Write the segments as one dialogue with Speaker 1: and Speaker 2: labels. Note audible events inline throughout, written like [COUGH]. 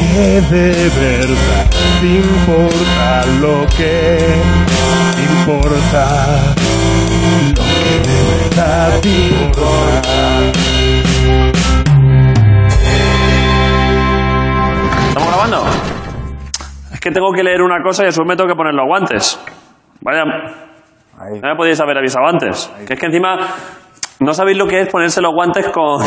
Speaker 1: de verdad, importa lo que importa, lo que de verdad importa.
Speaker 2: ¿Estamos grabando? Es que tengo que leer una cosa y después me tengo que poner los guantes. Vaya,
Speaker 3: Ahí.
Speaker 2: no me podíais haber avisado antes. Que es que encima no sabéis lo que es ponerse los guantes con...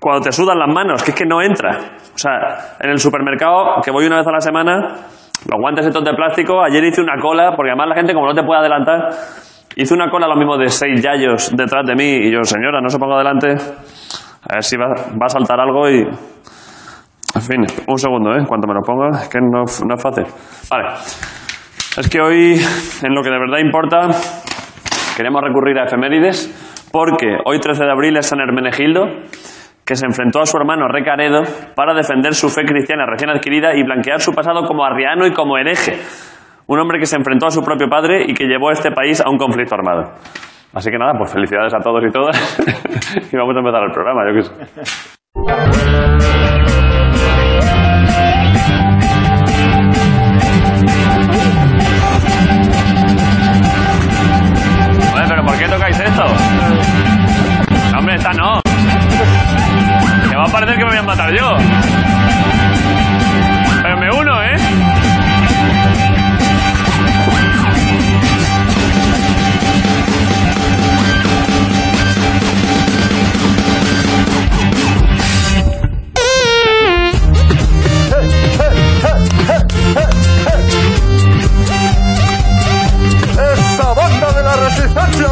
Speaker 2: cuando te sudan las manos, que es que no entra. O sea, en el supermercado, que voy una vez a la semana, los guantes estos de plástico, ayer hice una cola, porque además la gente como no te puede adelantar, hice una cola lo mismo de seis yayos detrás de mí, y yo, señora, no se ponga adelante, a ver si va, va a saltar algo y... En fin, un segundo, ¿eh? En cuanto me lo ponga, es que no, no es fácil. Vale. Es que hoy, en lo que de verdad importa, queremos recurrir a efemérides porque hoy 13 de abril es San Hermenegildo, que se enfrentó a su hermano Recaredo para defender su fe cristiana recién adquirida y blanquear su pasado como arriano y como hereje. Un hombre que se enfrentó a su propio padre y que llevó a este país a un conflicto armado. Así que nada, pues felicidades a todos y todas. [LAUGHS] y vamos a empezar el programa, yo qué sé. Joder, pero ¿por qué tocáis esto? No, hombre, esta no. Que va a parecer que me voy a matar yo. Pero me uno, ¿eh?
Speaker 3: ¡Esa banda de la resistencia!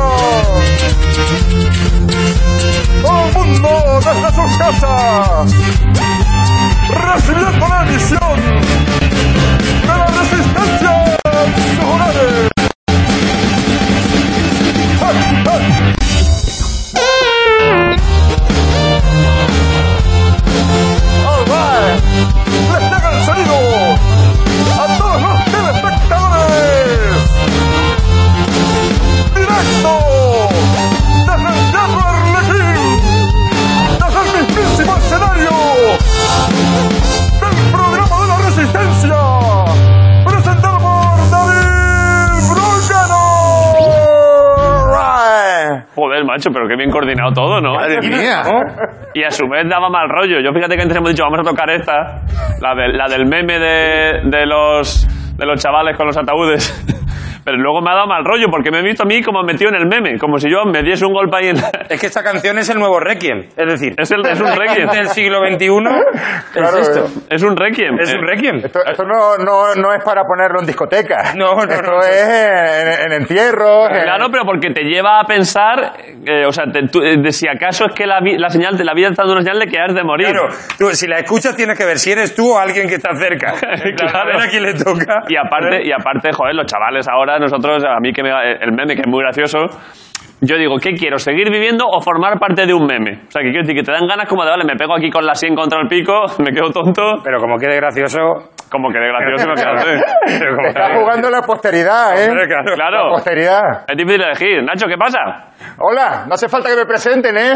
Speaker 3: ¡Todo el mundo desde sus casas! ¡Recibiendo la misión de la resistencia! ¡Cojones! ¡Eh, eh! All right. ¡Les llega el sonido a todos los telespectadores! directo desde el Teatro Arlequín, desde el mismísimo escenario del programa de la Resistencia, presentado por David Brugano.
Speaker 2: Joder, macho, pero qué bien coordinado todo, ¿no?
Speaker 4: Madre mía.
Speaker 2: Y a su vez daba mal rollo. Yo fíjate que antes hemos dicho, vamos a tocar esta, la, del- la del meme de, de los, de los chavales con los ataúdes. [LAUGHS] Pero luego me ha dado mal rollo porque me he visto a mí como metido en el meme, como si yo me diese un golpe ahí en la... [LAUGHS]
Speaker 5: Es que esta canción es el nuevo Requiem. Es decir,
Speaker 2: Es, el- es un
Speaker 5: [LAUGHS]
Speaker 2: requiem.
Speaker 5: del siglo XXI
Speaker 4: [LAUGHS]
Speaker 3: Claro,
Speaker 5: es esto.
Speaker 2: Es un requiem.
Speaker 5: Es un
Speaker 2: Eh,
Speaker 5: Requiem.
Speaker 4: Esto, esto no, no, no es para ponerlo en
Speaker 5: [LAUGHS]
Speaker 4: discotecas.
Speaker 5: No, no, no,
Speaker 4: Esto
Speaker 5: no.
Speaker 4: es en, en entierros. en-
Speaker 2: Claro, pero porque te lleva a pensar, eh, o sea, te- tú, eh, de si acaso es que la, vi- la señal de la vida está dando una señal de que has de morir.
Speaker 5: Claro, tú, si la escuchas tienes que ver si eres tú o alguien que está cerca. [LAUGHS] En plan,
Speaker 2: [LAUGHS] Claro.
Speaker 5: A ver a quién le toca. ¿Eh?
Speaker 2: Y aparte, y aparte, joder, los chavales ahora, nosotros, a mí que me, eh, el meme que es muy gracioso, yo digo, ¿qué quiero? ¿Seguir viviendo o formar parte de un meme? O sea, que quiero decir que te dan ganas como de, vale, me pego aquí con la 100 contra el pico, [LAUGHS] me quedo tonto,
Speaker 5: Pero como quede gracioso...
Speaker 2: como que de gracioso no queda
Speaker 4: [LAUGHS]
Speaker 5: Pero
Speaker 4: Te
Speaker 5: como
Speaker 4: Está
Speaker 5: quede-
Speaker 4: jugando la posteridad,
Speaker 5: Hombre,
Speaker 4: ¿eh?
Speaker 5: claro.
Speaker 4: La
Speaker 2: Claro,
Speaker 4: posteridad.
Speaker 2: es difícil elegir. Nacho, ¿qué pasa?
Speaker 4: Hola, no hace falta que me presenten, ¿eh?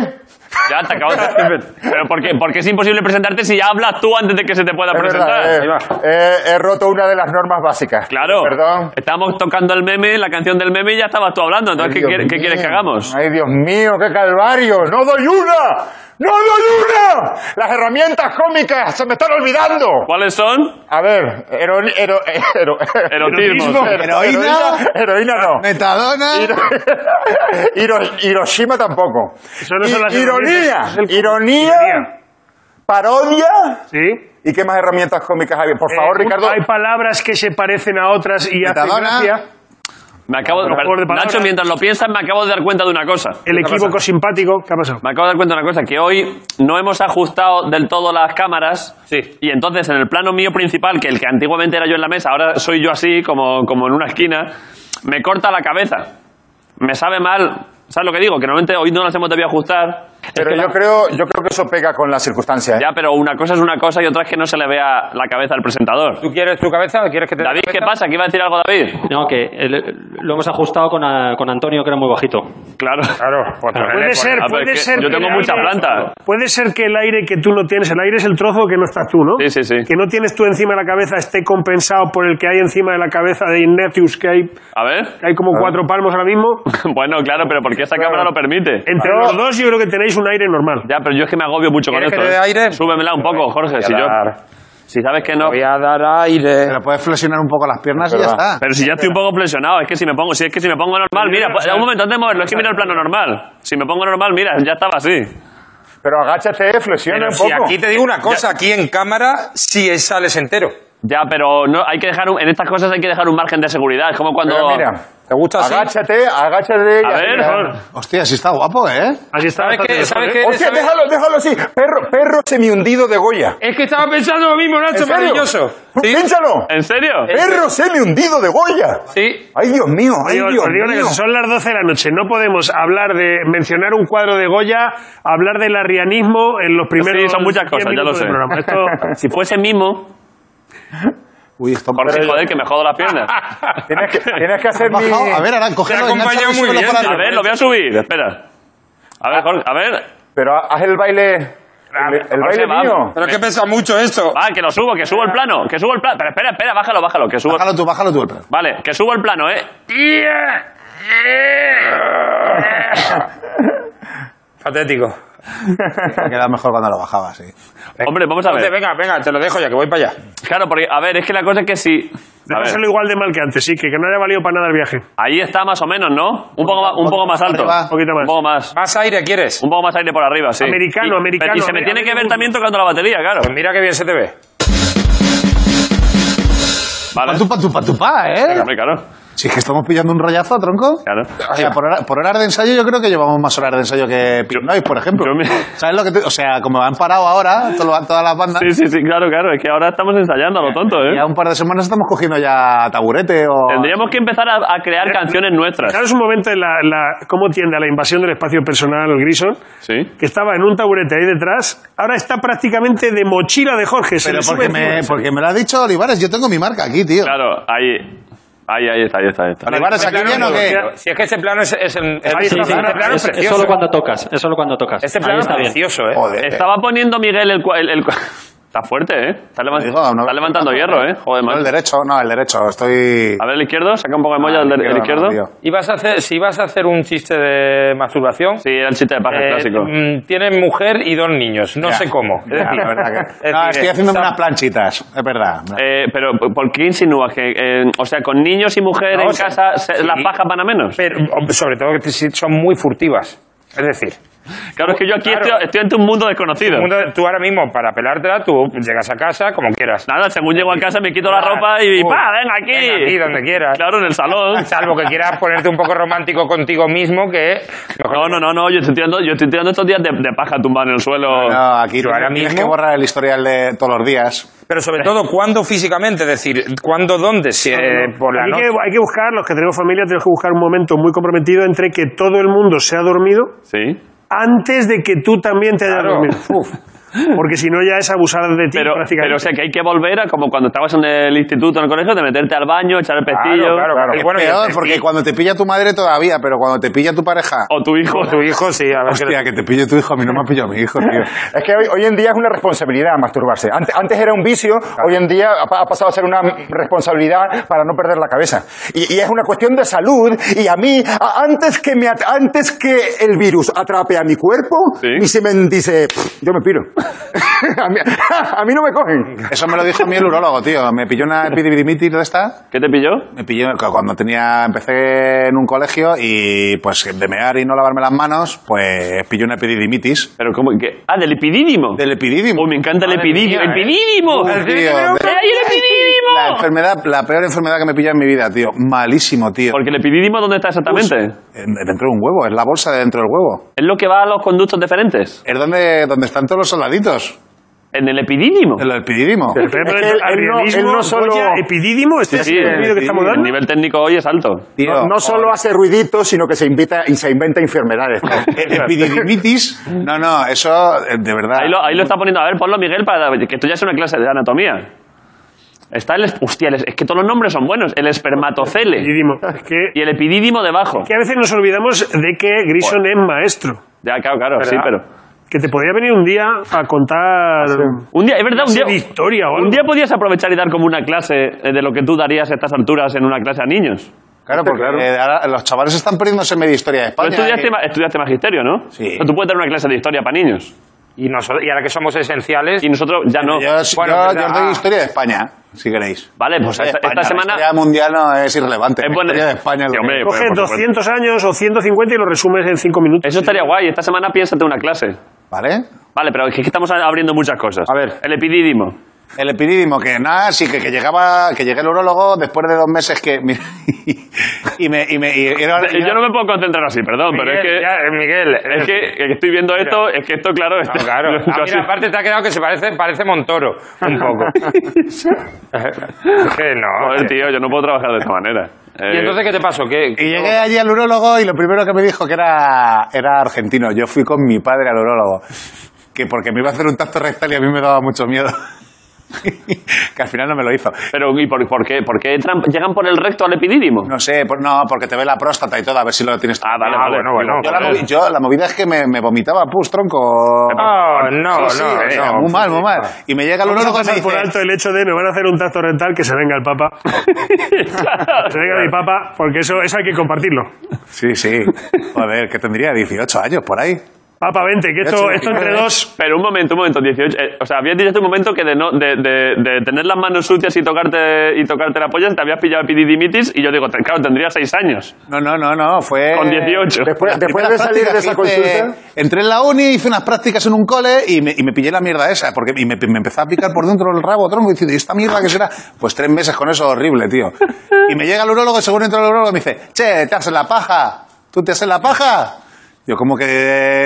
Speaker 2: Ya te acabo de...
Speaker 4: [LAUGHS]
Speaker 2: Pero ¿por qué? Porque es imposible presentarte si ya hablas tú antes de que se te pueda
Speaker 4: Es
Speaker 2: presentar.
Speaker 4: verdad, eh, he- he roto una de las normas básicas.
Speaker 2: Claro.
Speaker 4: Perdón.
Speaker 2: Estábamos tocando el meme, la canción del meme, y ya estabas tú hablando. Entonces, ¿qué,
Speaker 4: Dios
Speaker 2: quiere- qué
Speaker 4: mío.
Speaker 2: quieres que hagamos?
Speaker 4: Ay, Dios mío, qué calvario. ¡No doy una! ¡No doy una! Las herramientas cómicas se me están olvidando.
Speaker 2: ¿Cuáles son?
Speaker 4: A ver, hero, hero, hero-
Speaker 2: Erotismos.
Speaker 4: hero-
Speaker 3: Heroína.
Speaker 4: Heroína, heroína no. [LAUGHS]
Speaker 3: Metadona.
Speaker 4: Hiro- Hiro- Hiroshima tampoco.
Speaker 3: no son
Speaker 4: I-
Speaker 3: las
Speaker 4: ironía,
Speaker 3: herramientas, es el-
Speaker 4: ironía,
Speaker 3: Ironía.
Speaker 4: parodia.
Speaker 6: Sí.
Speaker 4: ¿Y qué más herramientas cómicas hay? Por favor,
Speaker 6: Eh,
Speaker 4: Ricardo.
Speaker 6: Hay palabras que se parecen a otras y hacen
Speaker 3: Metadona.
Speaker 6: gracia.
Speaker 2: Me acabo de,
Speaker 6: Por favor, de palabra.
Speaker 2: Nacho, mientras lo piensas, me acabo de dar cuenta de una cosa.
Speaker 6: El equívoco simpático. ¿Qué ha pasado?
Speaker 2: Me acabo de dar cuenta de una cosa, que hoy no hemos ajustado del todo las cámaras.
Speaker 5: Sí.
Speaker 2: Y entonces, en el plano mío principal, que el que antiguamente era yo en la mesa, ahora soy yo así, como, como en una esquina, me corta la cabeza. Me sabe mal. ¿Sabes lo que digo? Que normalmente hoy no las hemos debido ajustar.
Speaker 3: Pero
Speaker 2: que
Speaker 3: yo,
Speaker 2: la-
Speaker 3: creo, yo creo que eso pega con las circunstancias. ¿eh?
Speaker 2: Ya, pero una cosa es una cosa y otra es que no se le vea la cabeza al presentador.
Speaker 5: ¿Tú quieres tu cabeza o quieres que te dé
Speaker 2: David,
Speaker 5: la
Speaker 2: ¿qué
Speaker 5: cabeza?
Speaker 2: pasa? ¿Que iba a decir algo David?
Speaker 7: No, que el- lo hemos ajustado con, a- con Antonio, que era muy bajito.
Speaker 2: Claro.
Speaker 5: Claro, pues
Speaker 2: Claro,
Speaker 5: ponele,
Speaker 8: Puede
Speaker 2: Ah,
Speaker 8: ser,
Speaker 2: pero es
Speaker 8: puede
Speaker 2: que
Speaker 8: ser.
Speaker 2: yo
Speaker 8: que
Speaker 2: tengo
Speaker 8: el
Speaker 2: mucha
Speaker 8: aire-
Speaker 2: planta.
Speaker 8: Puede ser que el aire que tú lo tienes, el aire es el trozo que no estás tú, ¿no?
Speaker 2: Sí, sí, sí.
Speaker 8: Que no tienes tú encima de la cabeza, esté compensado por el que hay encima de la cabeza de Ignatius, que hay, que
Speaker 2: A ver. [LAUGHS]
Speaker 8: hay
Speaker 3: Ah.
Speaker 8: como cuatro palmos ahora mismo.
Speaker 2: Bueno, claro, pero ¿por qué esta cámara lo permite?
Speaker 8: Entre los dos yo creo que tenéis un aire normal.
Speaker 2: Ya, pero yo es que me agobio mucho con
Speaker 5: ¿Quieres
Speaker 2: esto.
Speaker 5: que le dé
Speaker 2: ¿eh?
Speaker 5: aire?
Speaker 2: Súbemela un poco, Jorge, si yo... Si sabes que no...
Speaker 5: Voy a dar aire.
Speaker 4: Pero puedes flexionar un poco las piernas y ya
Speaker 3: verdad.
Speaker 4: está.
Speaker 2: Pero si ya estoy un poco flexionado, es que si me pongo, si es que si me pongo normal, mira, pues, un momento antes de moverlo, es que mira el plano normal. Si me pongo normal, mira, ya estaba así.
Speaker 3: Pero agáchate, flexiona
Speaker 5: Pero
Speaker 3: un
Speaker 5: si
Speaker 3: poco.
Speaker 5: aquí te digo una cosa, aquí en cámara sí es- sales entero.
Speaker 2: Ya, pero no, hay que dejar un- en estas cosas hay que dejar un margen de seguridad. Es como cuando.
Speaker 3: Pero mira,
Speaker 5: ¿Te gusta así?
Speaker 3: agáchate, agáchate. y
Speaker 2: a
Speaker 3: así,
Speaker 2: ver,
Speaker 3: mira.
Speaker 4: Hostia, sí está guapo, ¿eh?
Speaker 8: Así está.
Speaker 5: ¿Sabes
Speaker 8: bastante
Speaker 5: qué?
Speaker 8: bien.
Speaker 7: ¿eh?
Speaker 5: ¿Sabes qué?
Speaker 3: Hostia,
Speaker 5: ¿Sabes?
Speaker 3: déjalo, déjalo así. Perro, perro semihundido de Goya.
Speaker 5: Es que estaba pensando lo mismo, Nacho,
Speaker 3: ¿En serio?
Speaker 5: maravilloso. Sí, Eh,
Speaker 3: Pínchalo.
Speaker 2: ¿en serio?
Speaker 8: Eh,
Speaker 3: Perro semihundido de Goya.
Speaker 5: sí.
Speaker 3: Ay, Dios mío, ay,
Speaker 8: Digo,
Speaker 3: Dios
Speaker 8: os digo una
Speaker 3: mío.
Speaker 8: cosa, son las 12 de la noche. No podemos hablar de mencionar un cuadro de Goya, hablar del arrianismo en los primeros.
Speaker 2: Sí, son muchas
Speaker 8: 10
Speaker 2: cosas, ya lo
Speaker 8: minutos
Speaker 2: sé.
Speaker 8: del programa.
Speaker 2: [LAUGHS]
Speaker 8: Esto-
Speaker 2: Si fuese mimo,
Speaker 4: Uy, está un
Speaker 2: Jorge, joder, que me jodo las piernas.
Speaker 3: Tienes que, tienes que hacer mi...
Speaker 4: bajado. A ver, Arán, cógelo,
Speaker 5: Te acompaña
Speaker 4: engánchala
Speaker 5: muy
Speaker 4: solo
Speaker 5: bien,
Speaker 4: para-
Speaker 2: A ver, lo voy a subir, espera. A ver, Jorge, a ver.
Speaker 3: Pero haz el baile... El, el
Speaker 2: Jorge,
Speaker 3: baile
Speaker 2: va.
Speaker 3: mío.
Speaker 5: Pero que pesa mucho esto.
Speaker 2: Va, que lo subo, que subo el plano, que subo el plano. Pero espera, espera, bájalo, bájalo, que subo.
Speaker 4: Bájalo tú, bájalo tú el plano.
Speaker 2: Vale, que subo el plano, ¿eh?
Speaker 5: [LAUGHS] Patético.
Speaker 4: Te queda mejor cuando lo bajabas, sí.
Speaker 2: Hombre, vamos a
Speaker 5: Entonces,
Speaker 2: ver.
Speaker 5: venga, venga, te lo dejo ya, que voy para allá.
Speaker 2: Claro, porque, a ver, es que la cosa es que si. A ver,
Speaker 8: Déjaselo igual de mal que antes, sí, que, que no haya valido para nada el viaje.
Speaker 2: ahí está más o menos, ¿no? Un poco, más- un poco más alto.
Speaker 4: Arriba.
Speaker 8: Un poquito
Speaker 2: Un
Speaker 8: más.
Speaker 2: poco más.
Speaker 5: ¿Más aire quieres?
Speaker 2: Un poco más aire por arriba, sí.
Speaker 8: Americano,
Speaker 2: Y-
Speaker 8: americano,
Speaker 2: Y se me
Speaker 8: amer-
Speaker 2: tiene que ver
Speaker 8: americano.
Speaker 2: también tocando la batería, claro.
Speaker 5: Pues mira qué bien se te ve.
Speaker 4: Pa
Speaker 2: Vale.
Speaker 4: tu pa tu pa tu pa,
Speaker 2: Venga,
Speaker 4: ¿eh?
Speaker 2: hombre, claro.
Speaker 4: Si es que estamos pillando un rollazo, tronco.
Speaker 2: claro.
Speaker 4: O sea, por, hora- por horas de ensayo yo creo que llevamos más horas de ensayo que Pinoy, por ejemplo.
Speaker 2: yo me-
Speaker 4: ¿Sabes lo que te- O sea, como han parado ahora to- todas las bandas,
Speaker 2: Sí, sí, sí, claro, claro. Es que ahora estamos ensayando a lo tonto, ¿eh?
Speaker 4: ya un par de semanas estamos cogiendo ya taburete o...
Speaker 2: Tendríamos que empezar a, a crear canciones nuestras.
Speaker 8: Fijaros un momento en la, la- cómo tiende a la invasión del espacio personal Grison,
Speaker 2: Sí.
Speaker 8: que estaba en un taburete ahí detrás, ahora está prácticamente de mochila de Jorge. se
Speaker 4: Pero
Speaker 8: le sube
Speaker 4: porque
Speaker 8: encima.
Speaker 4: me, porque me lo ha dicho Olivares, yo tengo mi marca aquí, tío.
Speaker 2: Claro, ahí. Ahí, ahí está, ahí está, ahí está.
Speaker 4: Olivares,
Speaker 5: Este
Speaker 4: ¿aquí
Speaker 5: plano
Speaker 4: bien o
Speaker 5: no,
Speaker 4: qué?
Speaker 5: tío. Si es que este plano es, es el- el-
Speaker 7: Sí, sí,
Speaker 5: este plano es
Speaker 7: es, es
Speaker 5: precioso.
Speaker 7: solo cuando tocas, es solo cuando tocas.
Speaker 5: Este
Speaker 7: Ahí
Speaker 5: plano es
Speaker 7: está bien.
Speaker 5: precioso, ¿eh?
Speaker 4: Joder.
Speaker 2: Estaba poniendo Miguel el. cua- el, el cua- [LAUGHS] está fuerte, ¿eh? Está, levant-
Speaker 4: Te digo, no-
Speaker 2: está levantando hierro, ¿eh? Joder,
Speaker 4: No,
Speaker 2: macho.
Speaker 4: el derecho, no, el derecho, estoy...
Speaker 2: A ver, el izquierdo, saca un poco de molla el, del- el
Speaker 4: No,
Speaker 2: izquierdo.
Speaker 4: tío.
Speaker 5: Ibas a hacer, si vas a hacer un chiste de masturbación,
Speaker 2: Eh, sí, era el chiste de paja
Speaker 5: eh,
Speaker 2: clásico.
Speaker 5: mm, tienes mujer y dos niños, no sé
Speaker 2: [LAUGHS]
Speaker 5: cómo. Es
Speaker 4: Ya,
Speaker 5: decir,
Speaker 4: [LAUGHS] la verdad que-
Speaker 5: es decir,
Speaker 4: No,
Speaker 5: eh,
Speaker 4: estoy haciéndome
Speaker 5: está-
Speaker 4: unas planchitas, es verdad.
Speaker 2: Eh, pero, ¿por qué insinúas que, eh, o sea, con niños y mujeres
Speaker 5: No,
Speaker 2: en
Speaker 5: o sea,
Speaker 2: casa se-
Speaker 5: sí.
Speaker 2: las pajas van a menos?
Speaker 5: Pero, hombre, sobre todo que si son muy furtivas. Es decir,
Speaker 2: Claro, es que yo aquí
Speaker 5: Claro.
Speaker 2: estoy, estoy ante un mundo desconocido.
Speaker 5: mundo- tú ahora mismo, para pelártela, tú llegas a casa como quieras.
Speaker 2: Nada, según llego a casa me quito la
Speaker 5: Claro.
Speaker 2: ropa y,
Speaker 5: Uy,
Speaker 2: pa, venga aquí.
Speaker 5: venga aquí, donde quieras.
Speaker 2: Claro, en
Speaker 5: [LAUGHS]
Speaker 2: el salón.
Speaker 5: Salvo que quieras ponerte un poco romántico contigo mismo, que mejor
Speaker 2: No, no, no, no, yo estoy tirando, yo estoy tirando estos días de, de paja tumbada en el suelo.
Speaker 4: No, aquí
Speaker 5: yo ahora
Speaker 4: tienes tienes
Speaker 5: mismo-
Speaker 4: que borrar el historial de todos los días.
Speaker 5: Pero sobre todo, ¿cuándo físicamente? Es decir, ¿cuándo, dónde? Si, eh, por la
Speaker 8: Aquí que-
Speaker 5: noche.
Speaker 8: hay que buscar, los que tenemos familia, tenemos que buscar un momento muy comprometido entre que todo el mundo se ha dormido
Speaker 2: Sí.
Speaker 8: antes de que tú también te hayas
Speaker 5: Claro.
Speaker 8: dormido. Porque si no ya es abusar de ti
Speaker 2: Pero,
Speaker 8: prácticamente.
Speaker 2: pero o sea que hay que volver a como cuando estabas en el instituto, en el colegio, de meterte al baño, echar el pestillo.
Speaker 5: Claro, claro, claro.
Speaker 4: Es
Speaker 5: Bueno, y el
Speaker 4: peor,
Speaker 5: perfil.
Speaker 4: porque cuando te pilla tu madre todavía, pero cuando te pilla tu pareja...
Speaker 2: O tu hijo.
Speaker 5: Tu hijo, sí, a ver qué le-
Speaker 4: Hostia, que te pille tu hijo, a mí no me ha pillado mi hijo, tío.
Speaker 3: [LAUGHS] Es que hoy, hoy en día es una responsabilidad masturbarse. Ante- Antes, era un vicio, hoy en día ha, pa- ha pasado a ser una responsabilidad para no perder la cabeza. Y, y es una cuestión de salud. Y a mí, a- antes, que me at- antes que el virus atrape a mi cuerpo,
Speaker 2: Sí.
Speaker 3: mi semen dice, "Pff, yo me piro. [LAUGHS] a, mí, [LAUGHS] a mí no me cogen.
Speaker 4: Eso me lo dijo a mí el urólogo, tío. Me pilló una epididimitis de esta.
Speaker 2: ¿Qué te pilló?
Speaker 4: Me pilló cuando tenía, empecé en un colegio y pues de mear y no lavarme las manos, pues pilló una epididimitis.
Speaker 2: Pero como que ah, del epidídimo.
Speaker 4: Del epididimo.
Speaker 2: Uy, me encanta el
Speaker 5: mía,
Speaker 2: epidídimo. ¡El
Speaker 5: eh.
Speaker 2: epidídimo!
Speaker 4: Uy,
Speaker 2: ¡Ay,
Speaker 4: tío, de-
Speaker 2: el
Speaker 4: La
Speaker 2: epidídimo!
Speaker 4: enfermedad, la peor enfermedad que me pilla en mi vida, tío. Malísimo, tío.
Speaker 2: Porque el epidídimo, ¿dónde está exactamente?
Speaker 4: En- Dentro de un huevo, es la bolsa de dentro del huevo.
Speaker 2: Es lo que va a los conductos deferentes.
Speaker 4: Es donde, donde están todos los soldaditos.
Speaker 2: En el epidídimo.
Speaker 4: El epididimo.
Speaker 8: Pero
Speaker 3: Es que él- él no-
Speaker 8: arrianismo,
Speaker 3: él no solo-
Speaker 8: Goya, epidídimo, este
Speaker 2: Sí,
Speaker 8: es el vídeo que estamos
Speaker 2: el
Speaker 8: dando.
Speaker 2: nivel técnico hoy es alto.
Speaker 4: Tío,
Speaker 3: No, no solo hace ruiditos, sino que se invita y se inventa enfermedades.
Speaker 4: epididimitis. No, no, eso, eh, de verdad.
Speaker 2: Ahí lo, ahí lo está poniendo. A ver, ponlo, Miguel, para que esto ya sea una clase de anatomía. Está el... es- Hostia, el es es que todos los nombres son buenos. El espermatocele
Speaker 8: Epididimo. Es que,
Speaker 2: y el epidídimo debajo.
Speaker 8: que a veces nos olvidamos de que Grison es maestro.
Speaker 2: Ya, claro, claro, sí, pero...
Speaker 8: Que te podría venir un día a contar
Speaker 2: Un día, es verdad, un
Speaker 8: clase
Speaker 2: día...
Speaker 8: de historia o algo.
Speaker 2: Un día podías aprovechar y dar como una clase eh, de lo que tú darías a estas alturas en una clase a niños.
Speaker 4: Claro, porque eh, ahora los chavales están perdiéndose media historia de
Speaker 2: Tú
Speaker 4: España.
Speaker 2: estudiaste,
Speaker 4: eh.
Speaker 2: ma- estudiaste magisterio, ¿no?
Speaker 4: Sí.
Speaker 2: Tú puedes dar una clase de historia para niños.
Speaker 9: Y, noso- y ahora que somos esenciales,
Speaker 2: Y nosotros ya no. pues
Speaker 4: Yo, yo-
Speaker 9: Bueno,
Speaker 4: yo
Speaker 9: pero-
Speaker 4: os doy
Speaker 9: ah.
Speaker 4: historia de España, si queréis.
Speaker 2: Vale, pues
Speaker 4: Historia de
Speaker 2: esta,
Speaker 4: España.
Speaker 2: esta semana...
Speaker 4: La historia mundial no es irrelevante.
Speaker 2: Es
Speaker 4: la
Speaker 2: buena-
Speaker 4: historia de España es
Speaker 2: Sí,
Speaker 4: lo
Speaker 2: hombre,
Speaker 4: que-
Speaker 2: pues,
Speaker 8: coges
Speaker 2: por supuesto.
Speaker 8: 200 años o 150 y lo resumes en 5 minutos.
Speaker 2: Eso estaría guay. Esta semana piénsate una clase.
Speaker 4: ¿Vale?
Speaker 2: Vale, pero es que estamos abriendo muchas cosas.
Speaker 4: A ver.
Speaker 2: El epidídimo.
Speaker 4: El epididimo, que nada, sí que, que llegaba, que llegué el urólogo después de dos meses que. [LAUGHS] y me. Y me y era-
Speaker 2: Yo no me puedo concentrar así, perdón, pero es que,
Speaker 9: ya, eh, Miguel, eh,
Speaker 2: es que estoy viendo esto, es que esto, claro, [LAUGHS]
Speaker 9: no, claro. Ah,
Speaker 2: casi-
Speaker 9: mira, aparte te ha quedado que se parece, parece Montoro
Speaker 2: [LAUGHS]
Speaker 9: un poco. [LAUGHS] Es que no.
Speaker 2: Joder,
Speaker 9: que-
Speaker 2: tío, yo no puedo trabajar de esta manera.
Speaker 9: ¿Y
Speaker 2: Eh,
Speaker 9: entonces qué te pasó? ¿Qué,
Speaker 4: Y llegué allí al urólogo y lo primero que me dijo que era, era argentino. Yo fui con mi padre al urólogo. Que porque me iba a hacer un tacto rectal y a mí me daba mucho miedo. [LAUGHS] que al final no me lo hizo.
Speaker 2: Pero, ¿y por, por qué? ¿Por qué tram- llegan por el recto al epidídimo?
Speaker 4: No sé, por- no, porque te ve la próstata y todo, a ver si lo tienes.
Speaker 2: Ah, vale,
Speaker 9: Ah,
Speaker 2: vale.
Speaker 9: bueno, bueno.
Speaker 4: yo, la movi- yo, la movida es que me, me vomitaba pus, tronco.
Speaker 8: Ah,
Speaker 9: Oh, no,
Speaker 4: Sí, sí,
Speaker 9: no,
Speaker 4: o sea,
Speaker 9: no.
Speaker 4: muy mal, muy mal. Y me llega el
Speaker 8: Vamos a
Speaker 4: urólogo y me
Speaker 8: pasar por alto
Speaker 4: dice,
Speaker 8: el hecho de me van a hacer un tacto rental que se venga el papa. Que se venga mi papa, porque eso, eso hay que compartirlo.
Speaker 4: Sí, sí.
Speaker 8: [LAUGHS]
Speaker 4: Joder, que tendría 18 años por ahí.
Speaker 8: Papa, vente, que esto, esto entre dos.
Speaker 2: Pero un momento, un momento, 18. eh, o sea, habías dicho hace un momento que de, no, de, de- de tener las manos sucias y tocarte, y tocarte la polla te habías pillado epididimitis y yo digo, te- claro, tendría 6 años.
Speaker 4: No, no, no, no, fue...
Speaker 2: Con 18.
Speaker 3: Después, después de
Speaker 4: Las
Speaker 3: salir de
Speaker 4: prácticas
Speaker 3: esa
Speaker 4: que hice-
Speaker 3: consulta,
Speaker 4: Entré en la uni, hice unas prácticas en un cole y me, y me pillé la mierda esa. Porque, y me, me empezó a picar por dentro el rabo, tronco, diciendo, ¿y esta mierda qué será? Pues tres meses con eso, horrible, tío. Y me llega el urólogo y según entra el urólogo me dice, che, te haces la paja. ¿Tú te haces la paja? Yo como que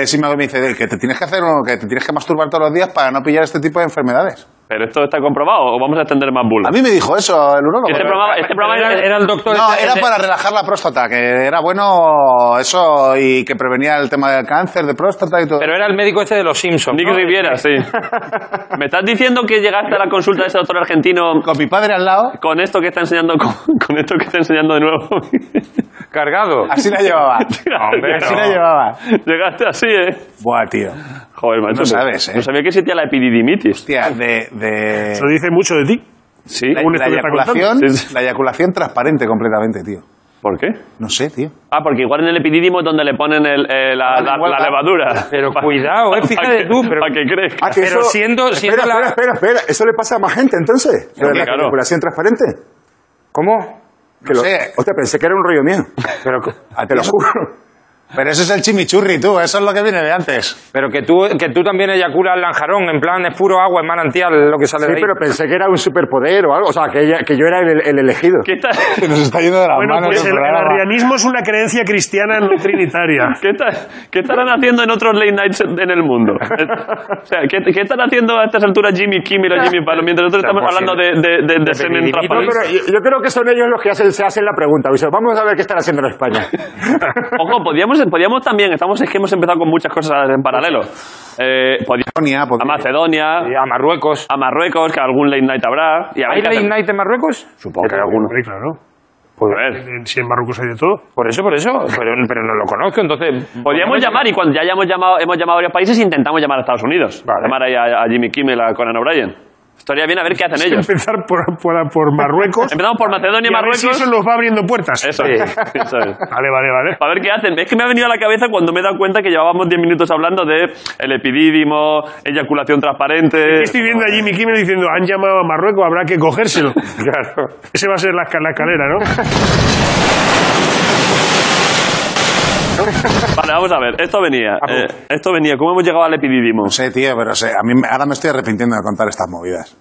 Speaker 4: eh, sí me hago- me dice que te tienes que hacer un- que te tienes que masturbar todos los días para no pillar este tipo de enfermedades.
Speaker 2: Pero esto está comprobado o vamos a extender más
Speaker 4: A
Speaker 2: bulas.
Speaker 4: mí me dijo eso el urólogo.
Speaker 2: Este
Speaker 4: Pero-
Speaker 2: programa, este programa
Speaker 9: Pero era, era el doctor.
Speaker 4: no,
Speaker 9: este-
Speaker 4: era
Speaker 9: este-
Speaker 4: para relajar la próstata, que era bueno eso y que prevenía el tema del cáncer de próstata y todo.
Speaker 9: Pero era el médico este de los Simpsons.
Speaker 2: Nick
Speaker 9: ¿no?
Speaker 2: Riviera, sí.
Speaker 9: [LAUGHS]
Speaker 2: ¿Me estás diciendo que llegaste a la consulta de ese doctor argentino
Speaker 4: Con mi padre al lado,
Speaker 2: con esto que está enseñando, con, con esto que está enseñando de nuevo? [LAUGHS]
Speaker 9: Cargado.
Speaker 4: así la llevaba.
Speaker 9: [LAUGHS] Hombre,
Speaker 4: así
Speaker 9: no.
Speaker 4: la llevaba.
Speaker 2: Llegaste así, ¿eh?
Speaker 4: Buah, tío.
Speaker 2: Joder, macho. pues,
Speaker 4: No sabes, ¿eh?
Speaker 2: No sabía que existía la epididimitis.
Speaker 4: Hostia, de, de
Speaker 8: Eso dice mucho de ti.
Speaker 2: Sí.
Speaker 4: la,
Speaker 8: un
Speaker 4: la
Speaker 8: estudio está
Speaker 4: eyaculación,
Speaker 2: contando. Sí, sí.
Speaker 4: la eyaculación transparente completamente, tío.
Speaker 2: ¿Por qué?
Speaker 4: No sé, tío.
Speaker 2: Ah, porque igual en el epidídimo es donde le ponen el- eh, la,
Speaker 4: Ah,
Speaker 2: la-
Speaker 4: igual,
Speaker 2: la
Speaker 4: ah.
Speaker 2: levadura.
Speaker 9: Pero cuidado,
Speaker 2: [LAUGHS]
Speaker 9: eh,
Speaker 2: Pa'
Speaker 9: fíjate
Speaker 2: que-
Speaker 9: tú. Pero,
Speaker 2: pa' que crezca.
Speaker 3: Ah, que
Speaker 9: pero
Speaker 3: eso-
Speaker 9: siendo, siendo
Speaker 3: espera,
Speaker 9: la.
Speaker 3: espera, espera, espera. ¿Eso le pasa a más gente entonces? ¿Lo de
Speaker 2: hombre,
Speaker 3: la
Speaker 2: claro.
Speaker 3: manipulación transparente?
Speaker 9: ¿Cómo?
Speaker 3: Que lo-
Speaker 4: sé.
Speaker 3: Hostia, pensé que era un rollo
Speaker 4: [LAUGHS]
Speaker 3: mío.
Speaker 9: Pero,
Speaker 3: Ah, Te lo juro.
Speaker 4: Pero eso es el chimichurri, tú. Eso es lo que viene de antes.
Speaker 9: pero que, tú, que tú también eyaculas lanjarón. En plan, es puro agua, es manantial lo que sale
Speaker 3: Sí,
Speaker 9: de ahí.
Speaker 3: pero pensé que era un superpoder o algo. O sea, que, ella- que yo era el, el elegido.
Speaker 2: ¿Qué está,
Speaker 3: [LAUGHS]
Speaker 4: Que nos está yendo de las
Speaker 8: Bueno,
Speaker 4: manos
Speaker 8: pues
Speaker 4: el
Speaker 8: el, el
Speaker 4: programa.
Speaker 8: arrianismo es una creencia cristiana no trinitaria.
Speaker 2: qué está- qué estarán haciendo en otros late nights en el mundo? o sea, ¿qué, qué están haciendo a estas alturas Jimmy Kimmel o Jimmy Fallon? Mientras nosotros estamos hablando de, de, de, de semen
Speaker 9: epididimitis,
Speaker 3: No,
Speaker 2: transparente.
Speaker 3: pero yo, yo creo que son ellos los que hacen, se hacen la pregunta. Dice, vamos a ver qué están haciendo en España.
Speaker 2: Ojo, podíamos, podíamos también, estamos, es que hemos empezado con muchas cosas en paralelo. Eh, podíamos-
Speaker 4: Macedonia,
Speaker 2: a
Speaker 4: podría-
Speaker 9: [LAUGHS] Y
Speaker 2: Macedonia,
Speaker 9: A Marruecos.
Speaker 2: a Marruecos, que algún late night habrá. Y a ver
Speaker 9: ¿Hay
Speaker 2: qué
Speaker 9: late
Speaker 2: hacemos.
Speaker 9: night en Marruecos?
Speaker 2: Supongo que alguno.
Speaker 8: Sí, claro.
Speaker 9: Pues,
Speaker 2: A ver.
Speaker 8: Eh, Si en Marruecos hay de todo.
Speaker 9: Por eso, por eso. Pero, pero no lo conozco, entonces.
Speaker 2: Podríamos llamar y cuando ya hayamos llamado, hemos llamado a varios países intentamos llamar a Estados Unidos.
Speaker 9: Vale.
Speaker 2: Llamar ahí a, a Jimmy Kimmel, a Conan O'Brien. Estaría bien a ver qué hacen ellos.
Speaker 8: Empezar por, por, por
Speaker 9: [LAUGHS]
Speaker 8: Marruecos.
Speaker 2: Empezamos por Macedonia y
Speaker 8: y a ver si
Speaker 2: Marruecos.
Speaker 8: eso nos va abriendo puertas.
Speaker 2: Eso,
Speaker 9: [LAUGHS]
Speaker 2: eso es. [LAUGHS]
Speaker 8: Vale, vale, vale.
Speaker 2: Para ver qué hacen. Es que me ha venido a la cabeza cuando me he dado cuenta que llevábamos 10 minutos hablando de el epidídimo, eyaculación transparente.
Speaker 8: Estoy viendo a Jimmy Kimmel diciendo, han llamado a Marruecos, habrá que cogérselo.
Speaker 9: [LAUGHS] Claro.
Speaker 8: Ese va a ser la, esca- la escalera,
Speaker 9: [LAUGHS]
Speaker 8: ¿no?
Speaker 2: Vale, vamos a ver. Esto venía. eh, esto venía. ¿Cómo hemos llegado al epidídimo?
Speaker 4: No sé, tío, pero sé, a mí me- ahora me estoy arrepintiendo de contar estas movidas.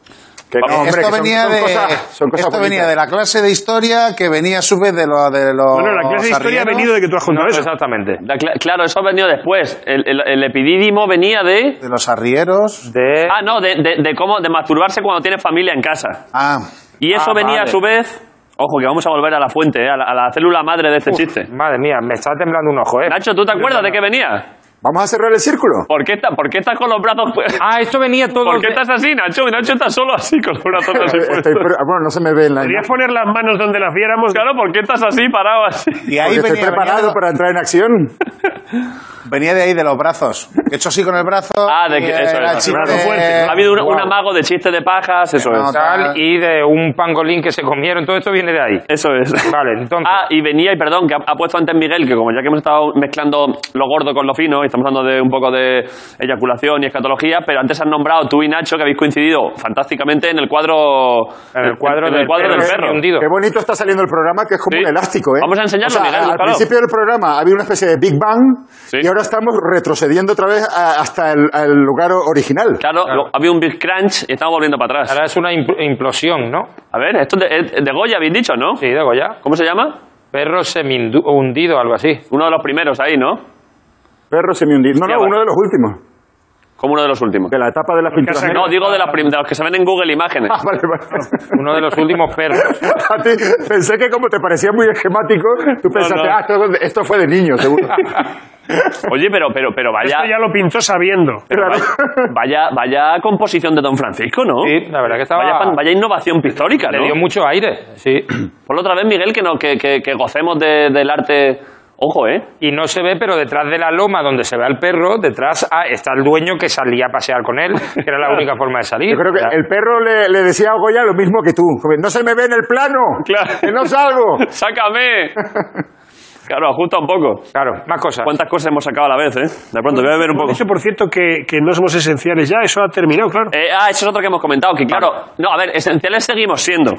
Speaker 3: Que no, hombre,
Speaker 4: esto
Speaker 3: que son-
Speaker 4: venía,
Speaker 3: son
Speaker 4: de,
Speaker 3: cosas- son cosas
Speaker 4: esto venía
Speaker 3: bonitas.
Speaker 4: de la clase de historia que venía a su vez de, lo, de los.
Speaker 8: Bueno, la clase de historia ha
Speaker 4: arrieros.
Speaker 8: venido de que tú has
Speaker 9: No,
Speaker 8: contado eso.
Speaker 9: exactamente.
Speaker 2: La cla- claro, eso ha venido después. El, el, el epidídimo venía de...
Speaker 4: De los arrieros.
Speaker 9: De...
Speaker 2: Ah, no, de, de, de cómo de masturbarse cuando tienes familia en casa.
Speaker 4: Ah,
Speaker 2: Y eso
Speaker 9: Ah,
Speaker 2: venía a
Speaker 9: vale.
Speaker 2: su vez... Ojo, que vamos a volver a la fuente, eh, a, la, a la célula madre de este chiste.
Speaker 9: Madre mía, me está temblando un ojo, ¿eh?
Speaker 2: Nacho, ¿tú te acuerdas de qué venía?
Speaker 3: Vamos a cerrar el círculo.
Speaker 2: ¿Por qué, está- por qué estás con los brazos... fu-
Speaker 9: [LAUGHS] Ah, esto venía todo...
Speaker 2: ¿Por qué
Speaker 9: de-
Speaker 2: estás así, Nacho? Nacho está solo así con los
Speaker 3: [LAUGHS]
Speaker 2: brazos así
Speaker 3: Estoy-
Speaker 2: puestos.
Speaker 3: pero- bueno, no se me ve en la.
Speaker 8: Podrías poner las manos donde las viéramos.
Speaker 2: Claro, ¿por qué estás así, parado así?
Speaker 4: y
Speaker 3: Porque
Speaker 4: ahí
Speaker 3: estoy
Speaker 4: venía,
Speaker 3: preparado
Speaker 4: venía,
Speaker 3: para entrar en acción.
Speaker 4: de, [LAUGHS] venía de ahí, de los brazos. He hecho así con el brazo.
Speaker 2: Ah, de que-
Speaker 4: y
Speaker 2: eso
Speaker 4: era
Speaker 2: es,
Speaker 4: chiste-
Speaker 8: brazo fuerte.
Speaker 2: [LAUGHS] Ha habido un, un amago de chistes de pajas, eso
Speaker 4: No,
Speaker 2: es.
Speaker 9: tal, y de un pangolín que se comieron. Todo esto viene de ahí.
Speaker 2: Eso es. [LAUGHS]
Speaker 9: Vale, entonces.
Speaker 2: Ah, y venía, y perdón, que ha, ha puesto antes Miguel, que como ya que hemos estado mezclando lo gordo con lo fino, y estamos hablando de un poco de eyaculación y escatología, pero antes han nombrado tú y Nacho, que habéis coincidido fantásticamente en el cuadro,
Speaker 8: Ah,
Speaker 9: En el cuadro
Speaker 2: en
Speaker 9: del
Speaker 2: el cuadro
Speaker 9: perro
Speaker 2: del perro.
Speaker 9: hundido.
Speaker 3: Qué bonito está saliendo el programa, que es como
Speaker 2: Sí.
Speaker 3: un elástico, ¿eh?
Speaker 2: Vamos a enseñarlo,
Speaker 3: O sea,
Speaker 2: Miguel,
Speaker 3: Al
Speaker 2: búscalo.
Speaker 3: principio del programa había una especie de Big Bang
Speaker 2: Sí.
Speaker 3: y ahora estamos retrocediendo otra vez a- hasta el, al lugar o- original.
Speaker 2: Claro, lo- había un Big Crunch y estamos volviendo para atrás.
Speaker 9: Ahora es una impl- implosión, ¿no?
Speaker 2: A ver, esto es de, es de Goya, habéis dicho, ¿no?
Speaker 9: Sí, de Goya.
Speaker 2: ¿Cómo se llama?
Speaker 9: Perro semindu- hundido, algo así.
Speaker 2: Uno de los primeros ahí, ¿no?
Speaker 3: Perro semiundido. No,
Speaker 2: Hostia,
Speaker 3: no,
Speaker 2: vale.
Speaker 3: uno de los últimos.
Speaker 2: Como uno de los últimos.
Speaker 3: De la etapa de las pinturas.
Speaker 2: No,
Speaker 3: negras.
Speaker 2: digo de, las prim- de los que se ven en Google Imágenes.
Speaker 3: [LAUGHS] Ah, vale, vale.
Speaker 9: Uno de los últimos perros.
Speaker 3: [LAUGHS] A ti, pensé que como te parecía muy esquemático, tú pensaste,
Speaker 2: no.
Speaker 3: ah, esto, esto fue de niño, seguro.
Speaker 2: Oye, pero, pero, pero vaya,
Speaker 8: Esto ya lo pintó sabiendo.
Speaker 2: pero vaya, vaya, vaya composición de Don Francisco, ¿no?
Speaker 9: Sí, la verdad que estaba...
Speaker 2: Vaya, fan- vaya innovación pictórica,
Speaker 9: Le dio
Speaker 2: ¿no?
Speaker 9: mucho aire, sí.
Speaker 2: Por otra vez, Miguel, que, no, que, que- que gocemos de- del arte. Ojo, ¿eh?
Speaker 9: Y no se ve, pero detrás de la loma donde se ve al perro, detrás ah, está el dueño que salía a pasear con él, que
Speaker 3: [LAUGHS]
Speaker 9: era la única forma de salir.
Speaker 3: Yo creo que el perro le, le decía a Goya lo mismo que tú. Como, No se me ve en el plano.
Speaker 2: Claro.
Speaker 3: Que no salgo.
Speaker 2: [LAUGHS] ¡Sácame! Claro, ajusta un poco.
Speaker 9: Claro, más cosas.
Speaker 2: ¿Cuántas cosas hemos sacado a la vez, eh? De pronto, voy a beber un poco.
Speaker 8: Eso, por cierto, que, que no somos esenciales ya. Eso ha terminado, claro.
Speaker 2: Eh, ah, eso es otro que hemos comentado, que claro, no, a ver, esenciales seguimos siendo.